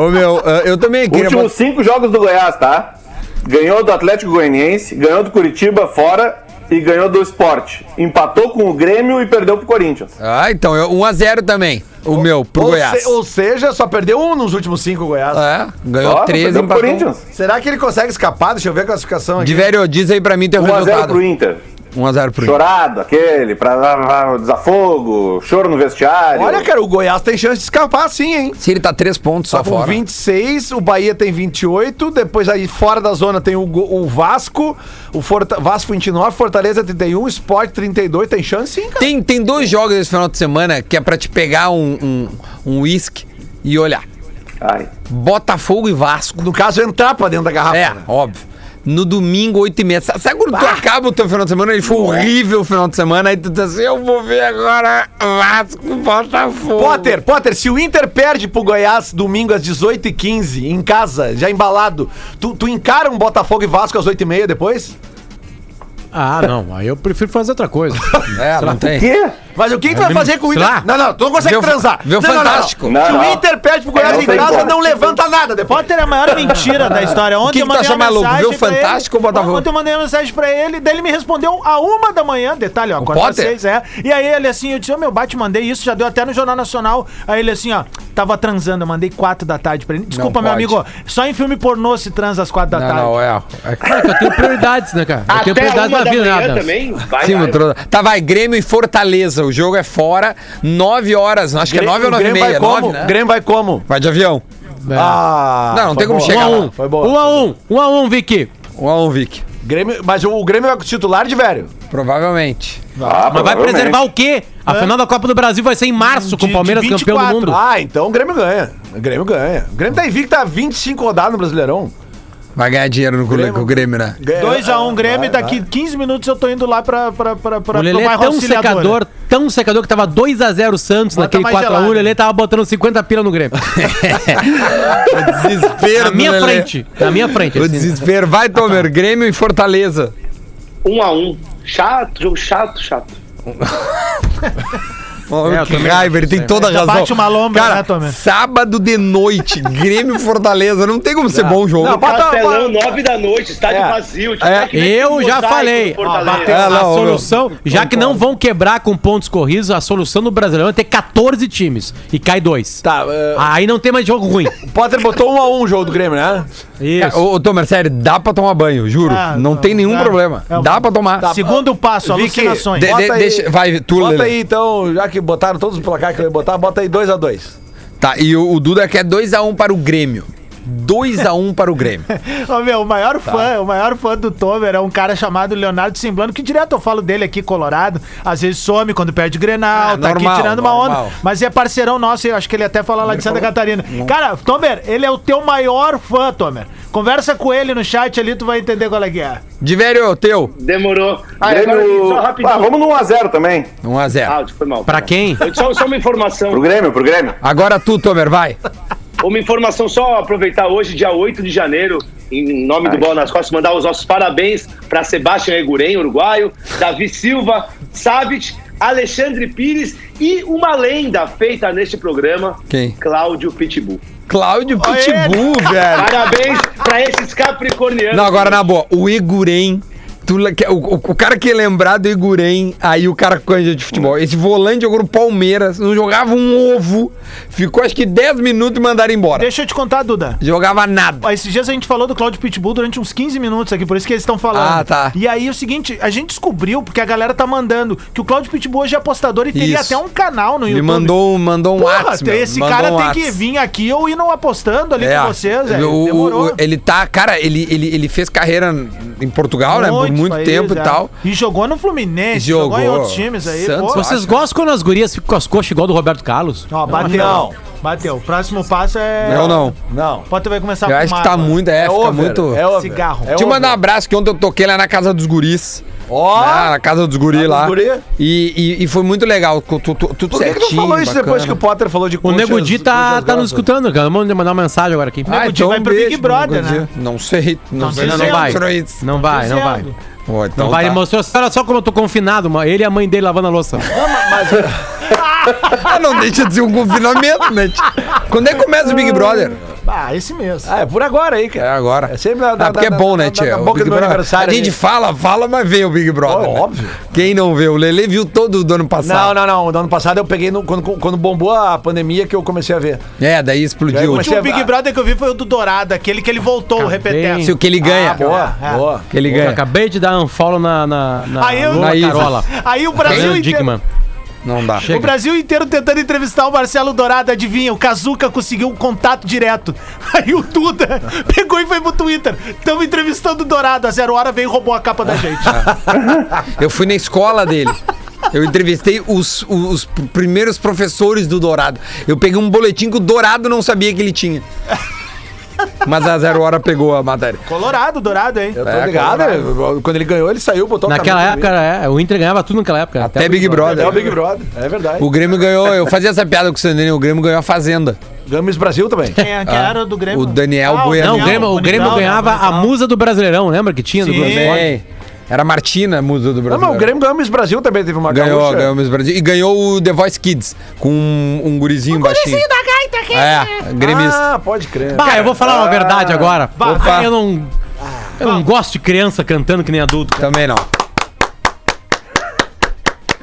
Ô, meu, eh, eu também queria.
Últimos cinco jogos do Goiás, tá? Ganhou do Atlético Goianiense, ganhou do Curitiba fora e ganhou do Sport. Empatou com o Grêmio e perdeu pro Corinthians.
Ah, então, 1x0 também. O meu, pro
ou
Goiás.
se- ou seja, só perdeu um nos últimos cinco, o Goiás.
É,
Ó,
ganhou 13
perdeu pro
empatou.
Corinthians.
Será que ele consegue escapar? Deixa eu ver a classificação aqui.
Diverio, diz aí pra mim teu
1x0
resultado.
pro Inter.
1x0 pro Inter.
Chorado, aquele, pra desafogo, choro no vestiário.
Olha, cara, o Goiás tem chance de escapar sim, hein?
Se ele tá 3 pontos só
Tá com
fora.
26, o Bahia tem 28, depois aí fora da zona tem o, Go- o Vasco, o Forta, Vasco 29, Fortaleza 31, Sport 32, tem chance sim, cara.
Tem, tem dois jogos esse final de semana que é pra te pegar um, um, um whisky e olhar.
Ai.
Botafogo e Vasco.
No caso, entrar pra dentro da garrafa.
É,
né?
óbvio. No domingo, 8 e meia. Sa- Sabe quando tu acaba o teu final de semana? Ele foi horrível o final de semana. Aí tu diz assim, eu vou ver agora Vasco e Botafogo.
Potter, Potter, se o Inter perde pro Goiás domingo às 18h15, em casa, já embalado, tu, tu encara um Botafogo e Vasco às 8h30 depois?
Ah, não. Aí eu prefiro fazer outra coisa.
É, não tem.
Que?
Mas
É,
o que, que tu vai fazer com o
sei
Inter?
lá.
Não, não, tu não consegue
Vê o-
transar.
vê o
Não, não, não, não.
Fantástico. É,
Não,
Se o
não.
Inter perde pro Goiás
Não
em
tem
casa,
como.
não levanta nada depois.
Potter é a maior mentira da história. Ontem
que
eu
tu
mandei
acha
uma
maluco?
mensagem
Viu o
pra ele.
Fantástico, Botafogo?
Ontem eu mandei uma mensagem pra ele, daí ele me respondeu a uma da manhã, detalhe, ó, quarta
Potter?
seis, é. E aí ele assim, eu disse, ô meu, bate, mandei isso, já deu até no Jornal Nacional. Aí ele assim, ó, tava transando, eu mandei quatro da tarde pra ele. Desculpa, meu
pode.
amigo, só em filme pornô se transa às quatro da
Não,
tarde.
não, é.
Cara, que eu tenho prioridades, né, cara? Eu tenho
Até a
prioridades
uma
na
da
vida,
manhã
nada.
também. Vai,
Sim,
vai.
meu trono. Tá, vai, Grêmio e Fortaleza. O jogo é fora. 9 horas, acho que é 9 ou 9 e
Grêmio
meia.
vai como?
9, né?
Grêmio vai como?
Vai de avião.
É.
Ah,
Não, não
foi
tem como
boa.
chegar
Um a
lá.
um, Foi boa.
1 a 1 1 a 1 Vicky.
1x1, Vic.
Grêmio, mas o, o Grêmio vai com o titular de velho.
Provavelmente.
Ah,
Mas vai
provavelmente.
preservar o quê? A final da Copa do Brasil vai ser em março, com o
de
Palmeiras campeão do
24.
mundo.
Ah, então o Grêmio ganha. O Grêmio ganha. O Grêmio tá invicto há 25 rodadas no Brasileirão. um,
Vai ganhar dinheiro no Grêmio, com o Grêmio, né?
2x1 Grêmio,
vai,
daqui 15 minutos eu tô indo lá pra, pra, pra, pra
O Lelê é tão
Auxiliadora.
secador, tão secador que tava 2x0 o Santos naquele
mais
4x1,
gelado.
o Lelê tava botando 50 pila no Grêmio.
Desespero,
na
do
minha
Lelê.
frente, na minha frente.
O
assim.
desespero. Vai, Tomer. Grêmio e Fortaleza.
Um a um. Chato, jogo chato, chato.
Oh,
É, eu
que
também
raiva, ele tem toda a razão.
bate uma lombra,
Cara,
né, Tomé?
sábado de noite, Grêmio e Fortaleza. Não tem como ser Tá bom jogo.
Não, bota-
Castelão, nove da noite, estádio vazio. tipo,
É,
tá que nem
Eu
um
já
mosaico
falei, Ah,
no Fortaleza.
bateu.
a,
É, não, ô,
solução, já que não vão quebrar com pontos corridos, a solução do Brasileirão é ter 14 times e cai dois.
Tá, eh,
Aí não tem mais jogo ruim.
o Potter botou 1 a 1 o jogo do Grêmio, né?
Cara,
Isso.
É, Ô, ô, Tomer, sério, dá pra tomar banho, juro.
Ah,
não
tá,
tem nenhum
tá.
problema.
É,
dá pra tomar.
Tá, Segundo passo,
Vicky,
alucinações.
de-
Bota aí-
deixa- vai, tu,
Bota
Lelê.
aí, então, já que botaram todos os placar que eu ia botar, bota aí 2x2.
Tá, e o, o Duda quer 2x1 para o Grêmio. 2x1 para o Grêmio.
Ô, meu, o maior
Tá.
fã, o maior fã do Tomer é um cara chamado Leonardo Simblano, que direto eu falo dele aqui, Colorado. Às vezes some quando perde Grenal,
Ah,
tá
normal,
aqui tirando uma
normal. Uhum.
onda. Mas é parceirão nosso, eu acho que ele até fala lá de Santa Catarina. Cara, Tomer, ele é o teu maior fã, Tomer. Conversa com ele no chat ali, tu vai entender qual é que é.
Divério, teu.
Demorou. Ah, e agora,
Grêmio...
só rapidinho.
Ah, vamos no 1x0 também.
1x0.
Ah, foi mal.
Pra quem?
Só, só uma informação.
Pro Grêmio, pro Grêmio.
Agora tu, Tomer, vai.
Uma informação só aproveitar hoje, dia 8 de janeiro, em nome do Bola nas Costas, mandar os nossos parabéns para Sebastião Egurem, uruguaio, Davi Silva, Savic, Alexandre Pires e uma lenda feita neste programa,
Quem?
Cláudio Pitbull.
Cláudio Pitbull, velho.
Parabéns para esses capricornianos.
Não, agora na boa. O Igurem. Tu, le- que- o, o- o cara que é lembrado do Igurem, aí o cara canja de futebol. Esse volante jogou no Palmeiras, não jogava um ovo. Ficou acho que 10 minutos e mandaram embora.
Deixa eu te contar, Duda.
Jogava nada.
Ó, Esses dias a gente falou do Claudio Pitbull durante uns 15 minutos aqui, por isso que eles estão falando.
Ah, tá.
E aí é o seguinte, a gente descobriu, porque a galera tá mandando, que o Claudio Pitbull hoje é apostador e teria
Isso.
até um canal no
Me
YouTube.
mandou, um- mandou um
Porra,
WhatsApp. meu.
esse
Mandou
cara
um
tem
WhatsApp.
que vir aqui ou ir não apostando ali
É,
com vocês, velho.
o- o-
Demorou.
o- ele tá, cara, ele, ele, ele fez carreira em Portugal, né? Por
Muitos
muito
países,
tempo
é.
e tal.
E jogou no Fluminense,
Jogou.
jogou em outros times aí.
Santos,
pô.
Vocês gostam quando as gurias ficam com as coxas igual do Roberto Carlos?
Ó, bateu. Bateu. Próximo passo é.
Eu não.
Não.
Pode vai começar
Eu acho que tá muito, é,
É
fica
over,
muito.
é over.
Cigarro.
É
Te
over.
mandar Ah, um abraço que ontem eu toquei lá na casa dos guris.
Ó!
Lá Né, na casa dos guris
Casa
lá.
dos guri?
E, e- e foi muito legal. tu- tu- tu- Tudo
Por que, que tu
certinho,
falou isso depois que
bacana.
o Potter falou de
O Nego Di tá,
cuxas
tá nos
grossas?
escutando, cara. Vamos mandar uma mensagem agora aqui.
né,
Ah,
Nego Di
então
vai
um
pro Big
beijo,
Brother,
Nego
né?
Di. Não sei, não
Não
sei.
sei
Então Não
se
vai.
entra
Não vai, não vai.
Dizendo.
Ó, então
Não vai,
tá.
ele mostrou. assim, Olha só como eu tô confinado, mano. Ele e a mãe dele lavando a louça.
Ah, não deixa de ser um confinamento, né? tio? Quando é que começa o Big Brother?
Ah, esse mesmo.
Ah, é por agora aí,
É
cara.
agora.
É sempre a-
ah, porque
da-
é bom,
da-
né,
da- da
tia? O
boca
Big
do
Brother-
aniversário,
A gente
né?
fala, fala, mas vê o Big Brother.
Ó,
né?
óbvio.
Quem não vê? O Lele viu todo do ano
Não,
passado.
não, não. Do ano passado eu peguei no- quando, quando bombou a pandemia que eu comecei a ver.
É, daí
Daí
explodiu.
comecei
O Big Brother que eu vi foi o do Dourado, aquele que ele voltou, o repeteco.
Se o que ele ganha.
Ah, boa,
é.
boa.
Que ele
Eu
ganha.
acabei de dar um follow na, na, na
Aí eu-
Lola
Na Isa.
Carola.
Aí o
Brasil
Brasil inteiro.
Dickman.
Não dá.
O Brasil inteiro tentando entrevistar o Marcelo Dourado, adivinha? O Kazuca conseguiu um contato direto. Aí o Duda pegou e foi pro Twitter. Tamo entrevistando o Dourado. A zero hora veio e roubou a capa
Ah.
da gente.
Eu fui na escola dele. Eu entrevistei os, os pr- primeiros professores do Dourado. Eu peguei um boletim que o Dourado não sabia que ele tinha. Mas a zero hora pegou a matéria.
Colorado, Dourado, hein?
Eu tô
É,
ligado.
cara.
eu- Quando ele ganhou, ele saiu, botou a
Naquela
camisa
época, é, o Inter ganhava tudo naquela época.
Até Big
dele. É o
Brother.
Big Brother. É verdade.
O Grêmio ganhou, eu fazia essa piada com o Sandrinho, o Grêmio ganhou a Fazenda.
Games Brasil também.
Quem é- quem
Ah,
era do Grêmio?
o Daniel
o
Bueno.
Não, o
Daniel
Grêmio, é o Grêmio
Bonitão,
ganhava
né,
a
Bonitão.
musa do Brasileirão, lembra que tinha do
Sim.
Brasil?
Também. Era a Martina, a musa do
Não,
Brasil.
mas o Grêmio ganhou o Miss Brasil também, teve uma
ganhou,
gaúcha.
ganhou um o Miss Brasil. E ganhou o The Voice Kids, com um, um gurizinho baixinho. da gaita aqui. É, gremista.
Ah, pode crer.
Bah, eu vou falar uma verdade agora. Ah,
Opa.
Eu não, eu não gosto de criança cantando que nem adulto.
Também não.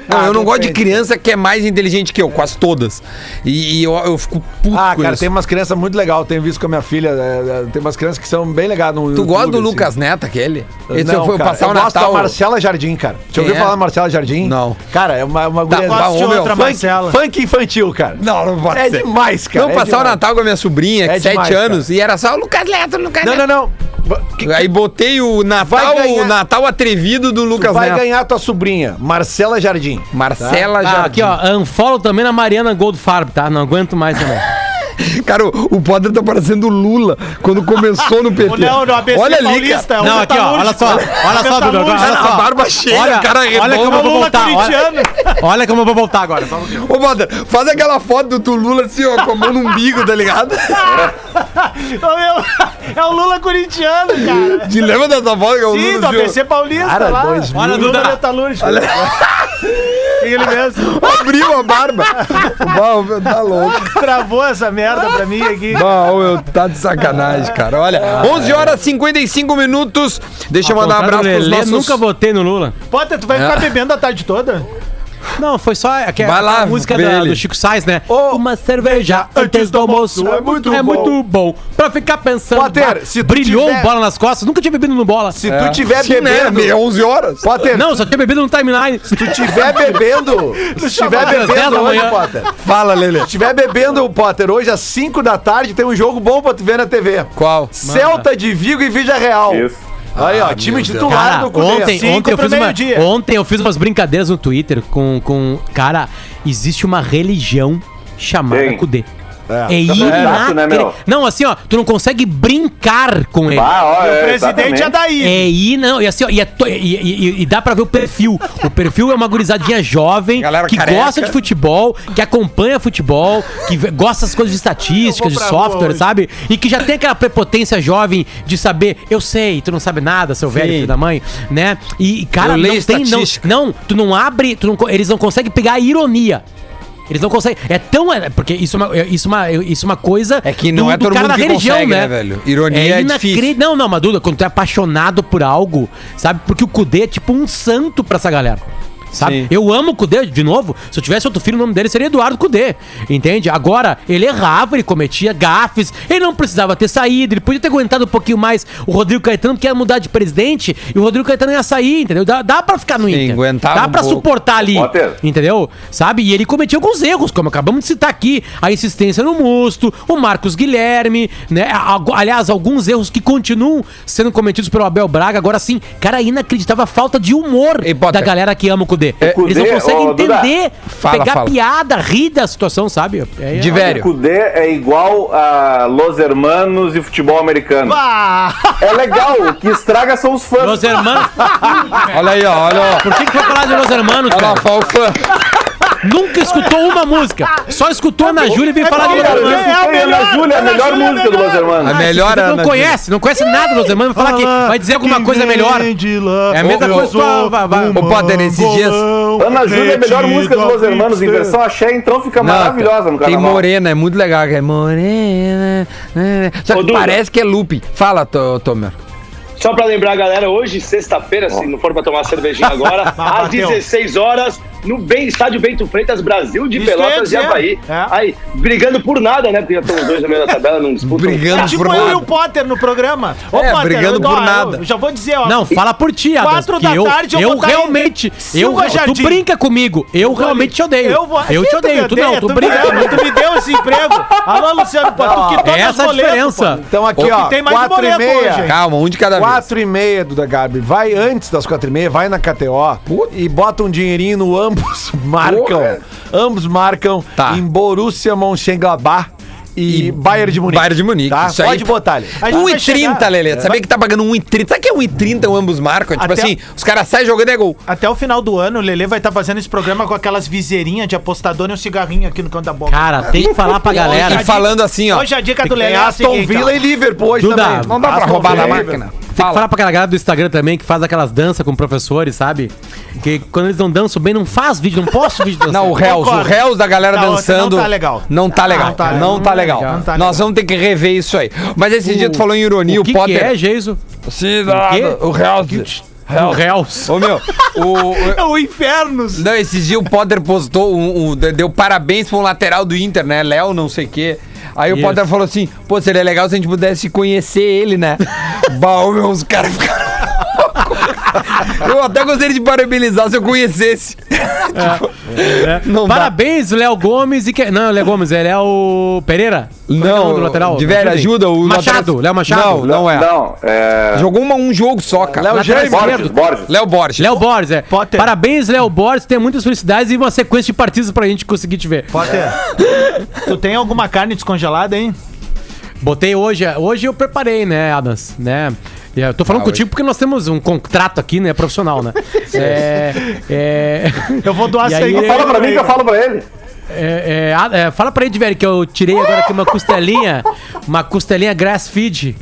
Não,
Ah,
eu não gosto de criança que é mais inteligente que eu, quase todas. E, e eu, eu fico puto
Ah,
com
cara,
isso.
tem umas crianças muito legal. Tenho visto com a minha filha. é, é, tem umas crianças que são bem legais no
Tu gosta do
YouTube,
Lucas
assim.
Neto, aquele?
Não,
Esse eu fui
cara,
passar
eu
o
gosto
Natal.
da Marcela Jardim, cara. Você ouviu
Quem é?
falar da Marcela Jardim?
Não.
Cara, é uma, uma
Tá,
guria-
mas,
funk,
ô, meu,
outra Marcela.
funk infantil, cara.
Não, não pode
É
ser.
demais, cara.
não,
é
passar o
demais.
Natal com a minha sobrinha,
É
de 7
demais, cara.
anos, e era só o Lucas Neto, Lucas
Não,
Neto.
não, não. Que-
Aí botei o Natal,
Vai ganhar.
o Natal atrevido do
Tu
Lucas
vai
Neto.
ganhar Tá. tua sobrinha, Marcela Jardim.
Marcela
Ah,
Jardim.
aqui, ó, unfollow também na Mariana Goldfarb, tá? Não aguento mais também.
Cara, o, o Potter tá parecendo o Lula quando começou no PT.
Não, no ABC
Olha ali, cara.
Paulista, é um
Não, aqui, ó, olha
metalúrgico.
só, olha só, Dudu,
Metalúrgico. É
olha só.
A barba cheia,
Olha,
cara
olha como
redonda.
eu vou
Lula
voltar.
corintiano.
Olha, olha como eu vou voltar agora. só um pouquinho.
Ô, Potter, faz aquela foto do tu Lula assim, ó, com a mão no umbigo, tá ligado?
Ô, meu, É o Lula corintiano, cara.
Te lembra dessa foto que é o
Sim, do
Lula? assim,
ABC Paulista
Cara,
lá.
dois mil.
Olha,
Olha,
Lula
Duda.
metalúrgico. Ele mesmo
ó, Abriu a barba. Bah, meu, tá louco.
travou essa merda pra mim aqui.
Bah, ô, meu, tá de sacanagem, cara. Olha,
Ah,
11
é.
horas e 55 minutos. Deixa eu mandar um
Voltar do
abraço pros
Lelê,
nossos...
Nunca votei no Lula.
Potter, tu vai
É.
ficar bebendo a tarde toda?
Não, foi só a, que-
Vai lá,
a música
vê
da-
ele.
do Chico Sainz, né?
Ô,
Uma cerveja antes do almoço.
é muito
é
bom.
muito bom. Pra ficar pensando.
Potter,
bah,
se tu
brilhou
tiver-
um bola nas costas. Nunca tinha bebido no bola.
Se tu tiver
Sim, né?
bebendo.
Me- 11 horas.
Potter,
Não, só tinha bebido no timeline.
Ah, se tu tiver bebendo. se tiver
às dez
bebendo
da
hoje,
manhã.
Potter.
Fala, Lele.
Se tiver bebendo, Potter, hoje às 5 da tarde tem um jogo bom pra tu ver na TV.
Qual?
Celta de Vigo e Vija Real.
Isso.
Aí,
Ah,
ó, time titular
Cara,
do Cudê.
ontem,
Cinco
ontem, eu
pro
fiz uma,
meio-dia.
ontem eu fiz umas brincadeiras no Twitter com. com cara, existe uma religião chamada
Tem.
Kudê. É,
chato, né,
inacreditável.
meu?
não, assim, ó, tu não consegue brincar com ele.
Ah, ó,
O
é,
presidente é
exatamente.
daí.
É, e não, e assim, ó, e, é to- e- e- e- e dá pra ver o perfil. O perfil é uma gurizadinha jovem
Galera
que
careca.
gosta de futebol, que acompanha futebol, que vê- gosta das coisas de estatística, de software, sabe? E que já tem aquela prepotência jovem de saber, eu sei, tu não sabe nada, seu velho
Sim.
filho da mãe, né? E, e,
Eu
cara, não
leio
tem, não,
estatística.
não, tu não abre, tu não co- eles não conseguem pegar a ironia. Eles não conseguem. É tão. é, Porque isso é uma, é- isso é uma, isso é uma coisa.
É que não é todo mundo
da
que consegue, né, velho? Ironia é
inacre-
difícil.
Não, não, Maduda, quando tu é apaixonado por algo, sabe? Porque o Kudê é tipo um santo pra essa galera. Sabe?
Sim.
Eu amo o Kudê, de novo. Se eu tivesse outro filho, o nome dele seria Eduardo Kudê. Entende? Agora, ele errava, ele cometia gafes, ele não precisava ter saído, ele podia ter aguentado um pouquinho mais o Rodrigo Caetano, que ia mudar de presidente, e o Rodrigo Caetano ia sair, entendeu? Dá, dá pra ficar no
Sim,
Inter.
aguentava
Dá
um
pra
pouco.
suportar ali.
Potter.
Entendeu? Sabe? E ele cometeu alguns erros, como acabamos de citar aqui. A insistência no Musto, o Marcos Guilherme, né? Algu- Aliás, alguns erros que continuam sendo cometidos pelo Abel Braga. Agora sim, cara, inacreditável a falta de humor
Ei, Potter.
da galera que ama o Cudê.
Cudê,
Eles não conseguem
É, ô, Duda.
entender,
Fala,
pegar
fala.
piada, rir da situação, sabe? É,
De
O
velho.
Cudê é igual a Los Hermanos e futebol americano. É legal, o que estraga são os fãs.
é, Los Hermanos.
Olha aí, ó. Olha, ó.
Por que, que foi falar de Los Hermanos,
Olha lá,
cara?
fala o fã.
Nunca escutou uma música. Só escutou a Ana Júlia e é veio falar de Los
é Cara, eu
Hermanos.
escutei a Ana Júlia, a melhor música do Los Hermanos.
A melhor
Ah, Não
Ana.
conhece, não conhece nada dos irmãos. Vai falar que vai dizer alguma coisa melhor. É a mesma coisa que a- vai- vai-
Ô, Potter, esses dias.
Ana Júlia é a melhor música dos Los Hermanos em versão axé, então fica
Não,
maravilhosa no
Tem
carnaval.
morena, é muito legal. É morena. né, né. Só
Ô,
que
Duda.
parece que é looping. Fala, Tô- Tomer.
Só pra lembrar, a galera, hoje, sexta-feira, se não for pra tomar cervejinha agora, às 16 horas, no bem, Estádio Bento Freitas, Brasil de
Isso que eu ia
Pelotas e
dizer.
Havaí.
É.
Aí, brigando por nada, né? Porque já estão os dois no meio da tabela, não disputam.
Brigando
É tipo
por
eu e
nada.
o Potter no programa. Ô,
É,
Potter,
brigando
eu-
por
ó, eu
nada.
já vou dizer, ó.
Não, fala por ti, Adams.
Quatro
que
da
eu,
tarde eu
eu,
vou botar
realmente.
em
Eu,
Silva
tu
Jardim.
brinca comigo. Eu realmente te odeio.
Eu vou.
Eu
Ih,
te
tu me
odeio. Tu não,
odeia,
tu
me
brinca.
ama,
comigo.
Tu me deu esse emprego. Alô, Luciano, pô, tu que toca os
Essa é a
boletos,
diferença.
pô.
Então aqui,
É o que
ó,
tem mais
4 e
boleto
meia.
hoje, hein?
Calma, um de cada vez.
4 e meia, Duda Garbi. Vai antes das 4 e meia, vai na KTO e bota um dinheirinho no ambos marcam. Ambos marcam
Tá.
em Borussia Mönchengladbach e, Bayern de Munique.
Bayern de Munique,
Tá?
isso aí.
Pode botar ali.
A gente vai
1,30,
chegar.
Lelê. Sabia que tá pagando 1,30. Sabe que é 1,30 o ambos marcam? Tipo
Até-
assim, os caras saem jogando e é gol.
Até o final do ano, o Lelê vai estar fazendo esse programa com aquelas viseirinhas de apostador e um cigarrinho aqui no canto da boca.
Cara, tem que falar pra galera.
E falando assim, ó.
Hoje a dica do Lelê
Tem
é a
Aston
seguinte,
Villa
ó.
e Liverpool hoje
Duda,
também.
Não dá pra
Aston
roubar na
Villa e
máquina.
Tem que
Fala.
falar pra aquela galera do Instagram também que faz aquelas danças com professores, sabe? Que quando eles não dançam bem, não faz vídeo, não posso vídeo dançando.
Não, o réus, o
Concordo.
réus da galera
Não,
dançando.
não tá legal.
Não tá legal. Não
tá legal.
tá legal.
Não tá legal.
Nós vamos ter que rever isso aí. Mas esse dia tu falou em ironia, o,
o que, que
Potter. É,
é, Geiso?
Sim,
quê?
nada. O réus.
O réus.
Ô meu, o. o-
É o Infernos.
Não, esses dias o Potter postou um, um- deu parabéns pra um lateral do Inter, né? Léo, não sei o quê. Aí o
Isso.
Potter falou assim: pô, seria legal se a gente pudesse conhecer ele, né? Baú, meu, os caras ficaram. loucos. Eu até gostaria de parabenizar se eu conhecesse.
É.
Tipo, Não dá.
Parabéns, Léo Gomes e que... Não, Léo Gomes, ele é o Pereira? Como é que é o nome do lateral?
de velho, ajuda o
Machado,
lateral-
Léo Machado.
Não, não é.
Não, é.
Jogou uma- um jogo só, cara. Léo,
Lateral
Borges,
esquerdo.
Borges.
Léo Borges.
Léo Borges, é.
Potter.
Parabéns, Léo Borges. Tenha muitas felicidades e uma sequência de partidas pra gente conseguir te ver.
Potter, tu tem alguma carne descongelada, hein?
Botei hoje, hoje eu preparei, né, Adams, né? E Eu tô falando
Ah,
contigo porque nós temos um contrato aqui, né, profissional, né? é, é,
Eu vou doar
E
isso aí.
aí-
Fala pra mim que eu falo pra ele.
é, é, Ad- é, fala pra ele, velho, que eu tirei agora aqui uma costelinha, uma costelinha grass feed.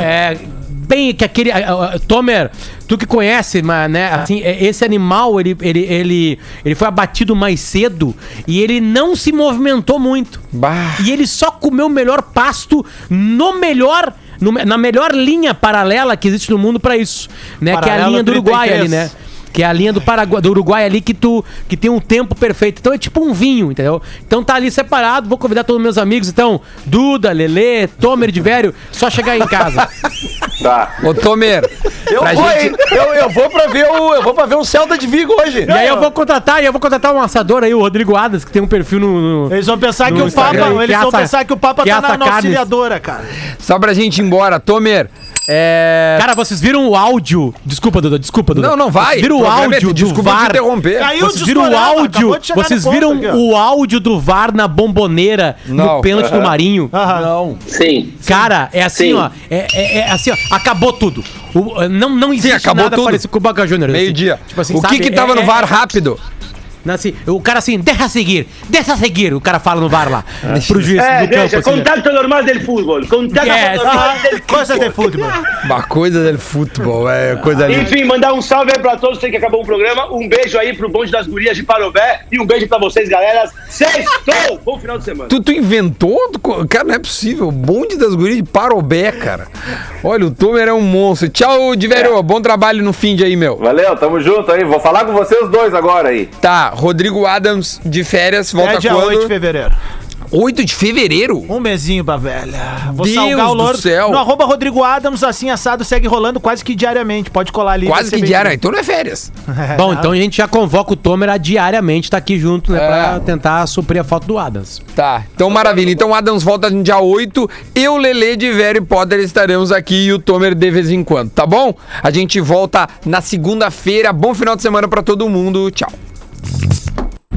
É, bem que aquele ah, ah, ah, Tomer, tu que conhece, mas né, assim, é, esse animal ele, ele, ele, ele foi abatido mais cedo e ele não se movimentou muito.
Bah.
E ele só comeu o melhor pasto no melhor no me- na melhor linha paralela que existe no mundo pra isso, né, que é a
Paralelo
linha do Uruguai
33.
ali, né? Que é a linha do Paraguai, do Uruguai ali que tu que tem um tempo perfeito. Então é tipo um vinho, entendeu? Então tá ali separado, vou convidar todos os meus amigos, então, Duda, Lelê, Tomer de velho, só chegar em casa.
Tá.
Ô, Tomer,
Eu
pra
vou,
gente...
hein? Eu, eu vou pra ver o. Eu vou pra ver o Celta de Vigo hoje.
E aí eu vou contratar, e eu vou contratar um assador aí, o Rodrigo Adas, que tem um perfil no. no-
Eles vão pensar
No
que o
Instagram,
Papa.
que
Eles vão
assa-
pensar que o Papa
que
tá
assa
na, na
carnes.
auxiliadora, cara.
Só pra gente ir embora. Tomer, é...
Cara, vocês viram o áudio. Desculpa, Duda, desculpa, Duda.
Não, não vai.
Vocês viram o
Programa é-
áudio do
Desculpa te
VAR.
interromper.
Caiu
Vocês viram o
descolado,
áudio?
acabou de chegar
Vocês
no ponto
viram
aqui, ó.
o áudio do VAR na bomboneira
Não.
no pênalti do Marinho?
Não.
Sim.
Cara, é assim,
Sim.
ó. É, é- é assim, ó. Acabou tudo. O- eh, não, não existe
acabou
nada
tudo.
parecido com o Boca Juniors. assim.
Meio-dia.
Tipo assim,
o que
sabe?
que tava
É-
no
é-
VAR rápido?
não, assim, o cara assim, deixa seguir, deixa seguir. O cara fala no VAR lá. pro juiz
É,
do campo.
deixa,
assim, né?
contato normal del futebol. Contato
Yes.
normal del
Coisa de futebol.
Uma coisa do futebol, é coisa linda.
Enfim, mandar um salve aí pra todos, sei que acabou o programa. Um beijo aí pro bonde das gurias de Parobé. E um beijo pra vocês, galera. Sextou! Bom final de semana.
Tu, tu inventou? Tu co- Cara, não é possível. Bonde das gurias de Parobé, cara. Olha, o Tomer é um monstro. Tchau,
É.
Diverio. Bom trabalho no fim de aí, meu.
Valeu, tamo junto aí. Vou falar com vocês dois agora aí.
Tá, Rodrigo Adams de férias, volta
É dia
quando?
8 de fevereiro.
8 de fevereiro?
Um mesinho pra velha. Vou
Deus
salgar o
do
louro.
céu.
No arroba Rodrigo Adams, assim assado, segue rolando quase que diariamente. Pode colar ali. vai
Quase
ser
que
bem
diário.
vindo.
Então não é férias.
Bom, então a gente já convoca o Tomer a diariamente tá aqui junto, né?
É.
Pra tentar suprir a falta do Adams.
Tá, então maravilha. Então o Adams volta no dia 8. Eu, Lele de Vera e Potter estaremos aqui e o Tomer de vez em quando, tá bom? A gente volta na segunda-feira. Bom final de semana pra todo mundo. Tchau.